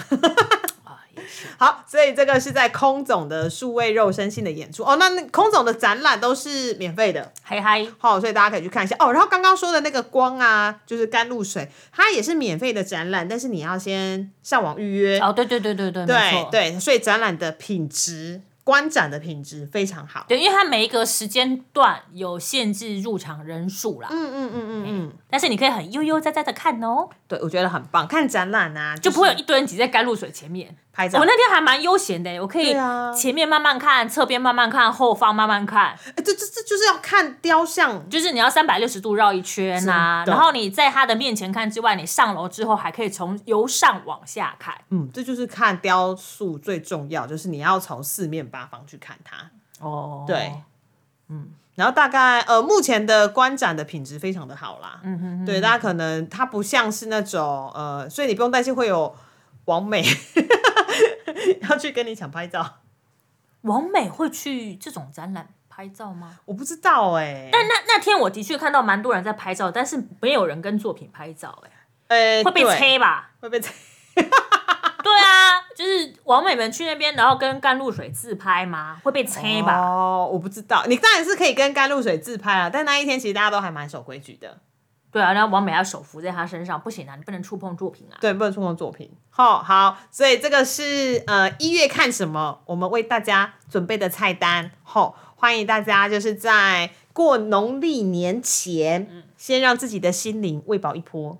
Speaker 2: 啊，也是
Speaker 1: 好，所以这个是在空总的数位肉身性的演出哦。那那空总的展览都是免费的，
Speaker 2: 嗨嗨，
Speaker 1: 好、所以大家可以去看一下哦。然后刚刚说的那个光啊，就是甘露水，它也是免费的展览，但是你要先上网预约。
Speaker 2: 哦，对对对对对，没
Speaker 1: 对
Speaker 2: 错。
Speaker 1: 对，所以展览的品质，观展的品质非常好。
Speaker 2: 对，因为它每一个时间段有限制入场人数啦，哎
Speaker 1: 嗯嗯嗯嗯嗯，
Speaker 2: 但但是你可以很悠悠哉哉的看哦，
Speaker 1: 对，我觉得很棒，看展览啊，
Speaker 2: 就不会有
Speaker 1: 是
Speaker 2: 一堆人挤在甘露水前面。
Speaker 1: 拍照。
Speaker 2: 我那天还蛮悠闲的，我可
Speaker 1: 啊
Speaker 2: 以
Speaker 1: 对啊
Speaker 2: 前面慢慢看，侧边慢慢看，后方慢慢看，
Speaker 1: 哎这这这就是要看雕像，
Speaker 2: 就是你要三百六十度绕一圈呐、
Speaker 1: 真的
Speaker 2: 然后你在他的面前看之外，你上楼之后还可以从由上往下看。
Speaker 1: 嗯，这就是看雕塑最重要，就是你要从四面八方去看它。
Speaker 2: 哦，
Speaker 1: 对，嗯，然后大概呃，目前的观展的品质非常的好啦，嗯哼对，大家可能它不像是那种呃，所以你不用担心会有王美 [laughs] 要去跟你抢拍照，
Speaker 2: 王美会去这种展览拍照吗？
Speaker 1: 我不知道哎、
Speaker 2: 但那那天我的确看到蛮多人在拍照，但是没有人跟作品拍照、欸，
Speaker 1: 呃，
Speaker 2: 会被
Speaker 1: 对，
Speaker 2: 催吧？
Speaker 1: 会被催，
Speaker 2: 对啊，就是王美们去那边，然后跟甘露水自拍吗？会被催吧？
Speaker 1: 哦，我不知道，你当然是可以跟甘露水自拍啊，但那一天其实大家都还蛮守规矩的，
Speaker 2: 对啊，然后王美要手扶在她身上，不行啊，你不能触碰作品啊。
Speaker 1: 对，不能触碰作品。好、好，所以这个是呃一月看什么，我们为大家准备的菜单。好、欢迎大家就是在过农历年前，
Speaker 2: 嗯
Speaker 1: 先让自己的心灵喂饱一波。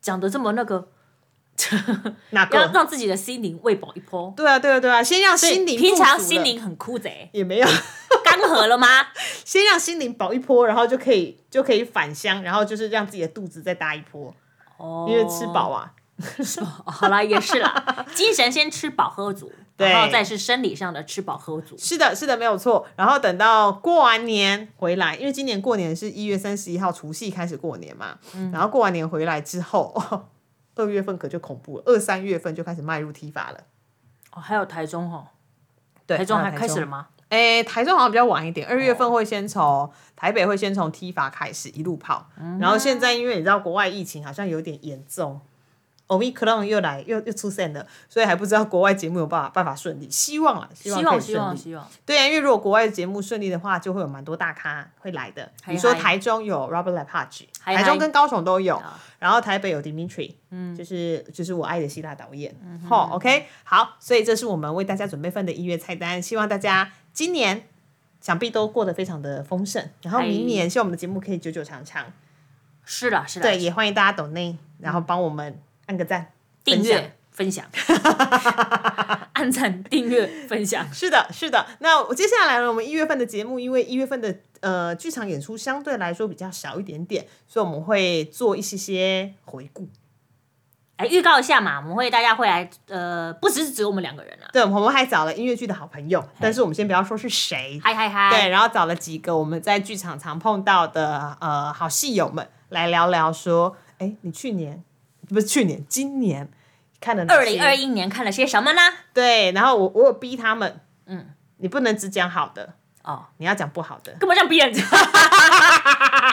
Speaker 2: 讲的这么那个， [laughs]
Speaker 1: 哪
Speaker 2: 要
Speaker 1: 个？
Speaker 2: 让自己的心灵喂饱一波。
Speaker 1: 对啊，对啊，对啊，先让心灵
Speaker 2: 平
Speaker 1: 富足
Speaker 2: 常
Speaker 1: 了
Speaker 2: 心灵很枯贼， [laughs]
Speaker 1: 也没有，
Speaker 2: 干涸了 [laughs] 吗？
Speaker 1: 先让心灵饱一波，然后就可以就可以返乡，然后就是让自己的肚子再大一波，
Speaker 2: 哦，
Speaker 1: 因为吃饱啊。
Speaker 2: [laughs] 好啦，也是 [laughs] 啦，精神先吃饱喝足，
Speaker 1: 对
Speaker 2: 然后再是生理上的吃饱喝足。
Speaker 1: 是的，是的，没有错。然后等到过完年回来，因为今年过年是一月三十一号除夕开始过年嘛，
Speaker 2: 嗯
Speaker 1: 然后过完年回来之后， [laughs] 哦二、月份可就恐怖了，二三月份就开始迈入体法了。
Speaker 2: 哦，还有台中哦，
Speaker 1: 对，
Speaker 2: 台中哦还
Speaker 1: 有
Speaker 2: 开始了？吗？
Speaker 1: 诶、台中好像比较晚一点，二月份会先从、台北会先从踢法开始一路跑，
Speaker 2: 嗯
Speaker 1: 然后现在因为你知道国外疫情好像有点严重。Omicron 又来又又出现了，所以还不知道国外节目有办法办法顺利，希望啦，希望可
Speaker 2: 希
Speaker 1: 以
Speaker 2: 望
Speaker 1: 顺利
Speaker 2: 希望希望，
Speaker 1: 对啊，因为如果国外的节目顺利的话，就会有蛮多大咖会来的。比如说
Speaker 2: 嗨
Speaker 1: 台中有 Robert Lepage，
Speaker 2: 嗨
Speaker 1: 台中
Speaker 2: 嗨啊
Speaker 1: 跟高雄都有，然后台北有 Dimitri，嗯，就是就是我爱的希腊导演。
Speaker 2: 嗯
Speaker 1: 好、o k 好，所以这是我们为大家准备份的音乐菜单，希望大家今年想必都过得非常的丰盛，然后
Speaker 2: 嗨
Speaker 1: 明年希望我们的节目可以久久长长。
Speaker 2: 是啦是啦，
Speaker 1: 对，也欢迎大家抖内，然后帮我们按个赞。
Speaker 2: 订
Speaker 1: 分享
Speaker 2: 阅分 [laughs] 享，按赞订阅分享，
Speaker 1: 是的，是的。那我接下来呢，我们一月份的节目，因为一月份的呃剧场演出相对来说比较少一点点，所以我们会做一些些回顾。
Speaker 2: 哎，预告一下嘛，我们会大家会来，呃，不只是只有我们两个人啊，
Speaker 1: 对，我们还找了音乐剧的好朋友，但是我们先不要说是谁，
Speaker 2: 嗨嗨嗨，
Speaker 1: 对，然后找了几个我们在剧场常碰到的呃好戏友们来聊聊，说，哎，你去年不是去年，今年看了哪
Speaker 2: 二
Speaker 1: 些
Speaker 2: 零二一年看了些什么呢？
Speaker 1: 对，然后我我有逼他们，
Speaker 2: 嗯
Speaker 1: 嗯，你不能只讲好的，
Speaker 2: 哦，
Speaker 1: 你要讲不好的。
Speaker 2: 干嘛这样逼人家？ [laughs]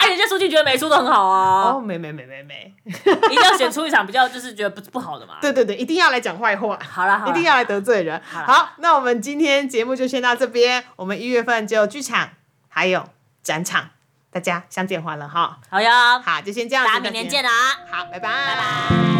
Speaker 2: 哎，人家出去觉得没出的很好啊，
Speaker 1: 哦，没没没没没，
Speaker 2: 一定要选出一场比较就是觉得不不好的嘛。
Speaker 1: 对对对，一定要来讲坏话。
Speaker 2: 好啦好
Speaker 1: 一定
Speaker 2: 啦，
Speaker 1: 要来得罪人。
Speaker 2: 啦
Speaker 1: 好，那我们今天节目就先到这边，我们一月份就有剧场还有展场，大家相见欢了哈。
Speaker 2: 好呀，
Speaker 1: 好，就先这样子，
Speaker 2: 大家明年
Speaker 1: 大家。
Speaker 2: 见啦，啊
Speaker 1: 好，拜拜
Speaker 2: 拜拜。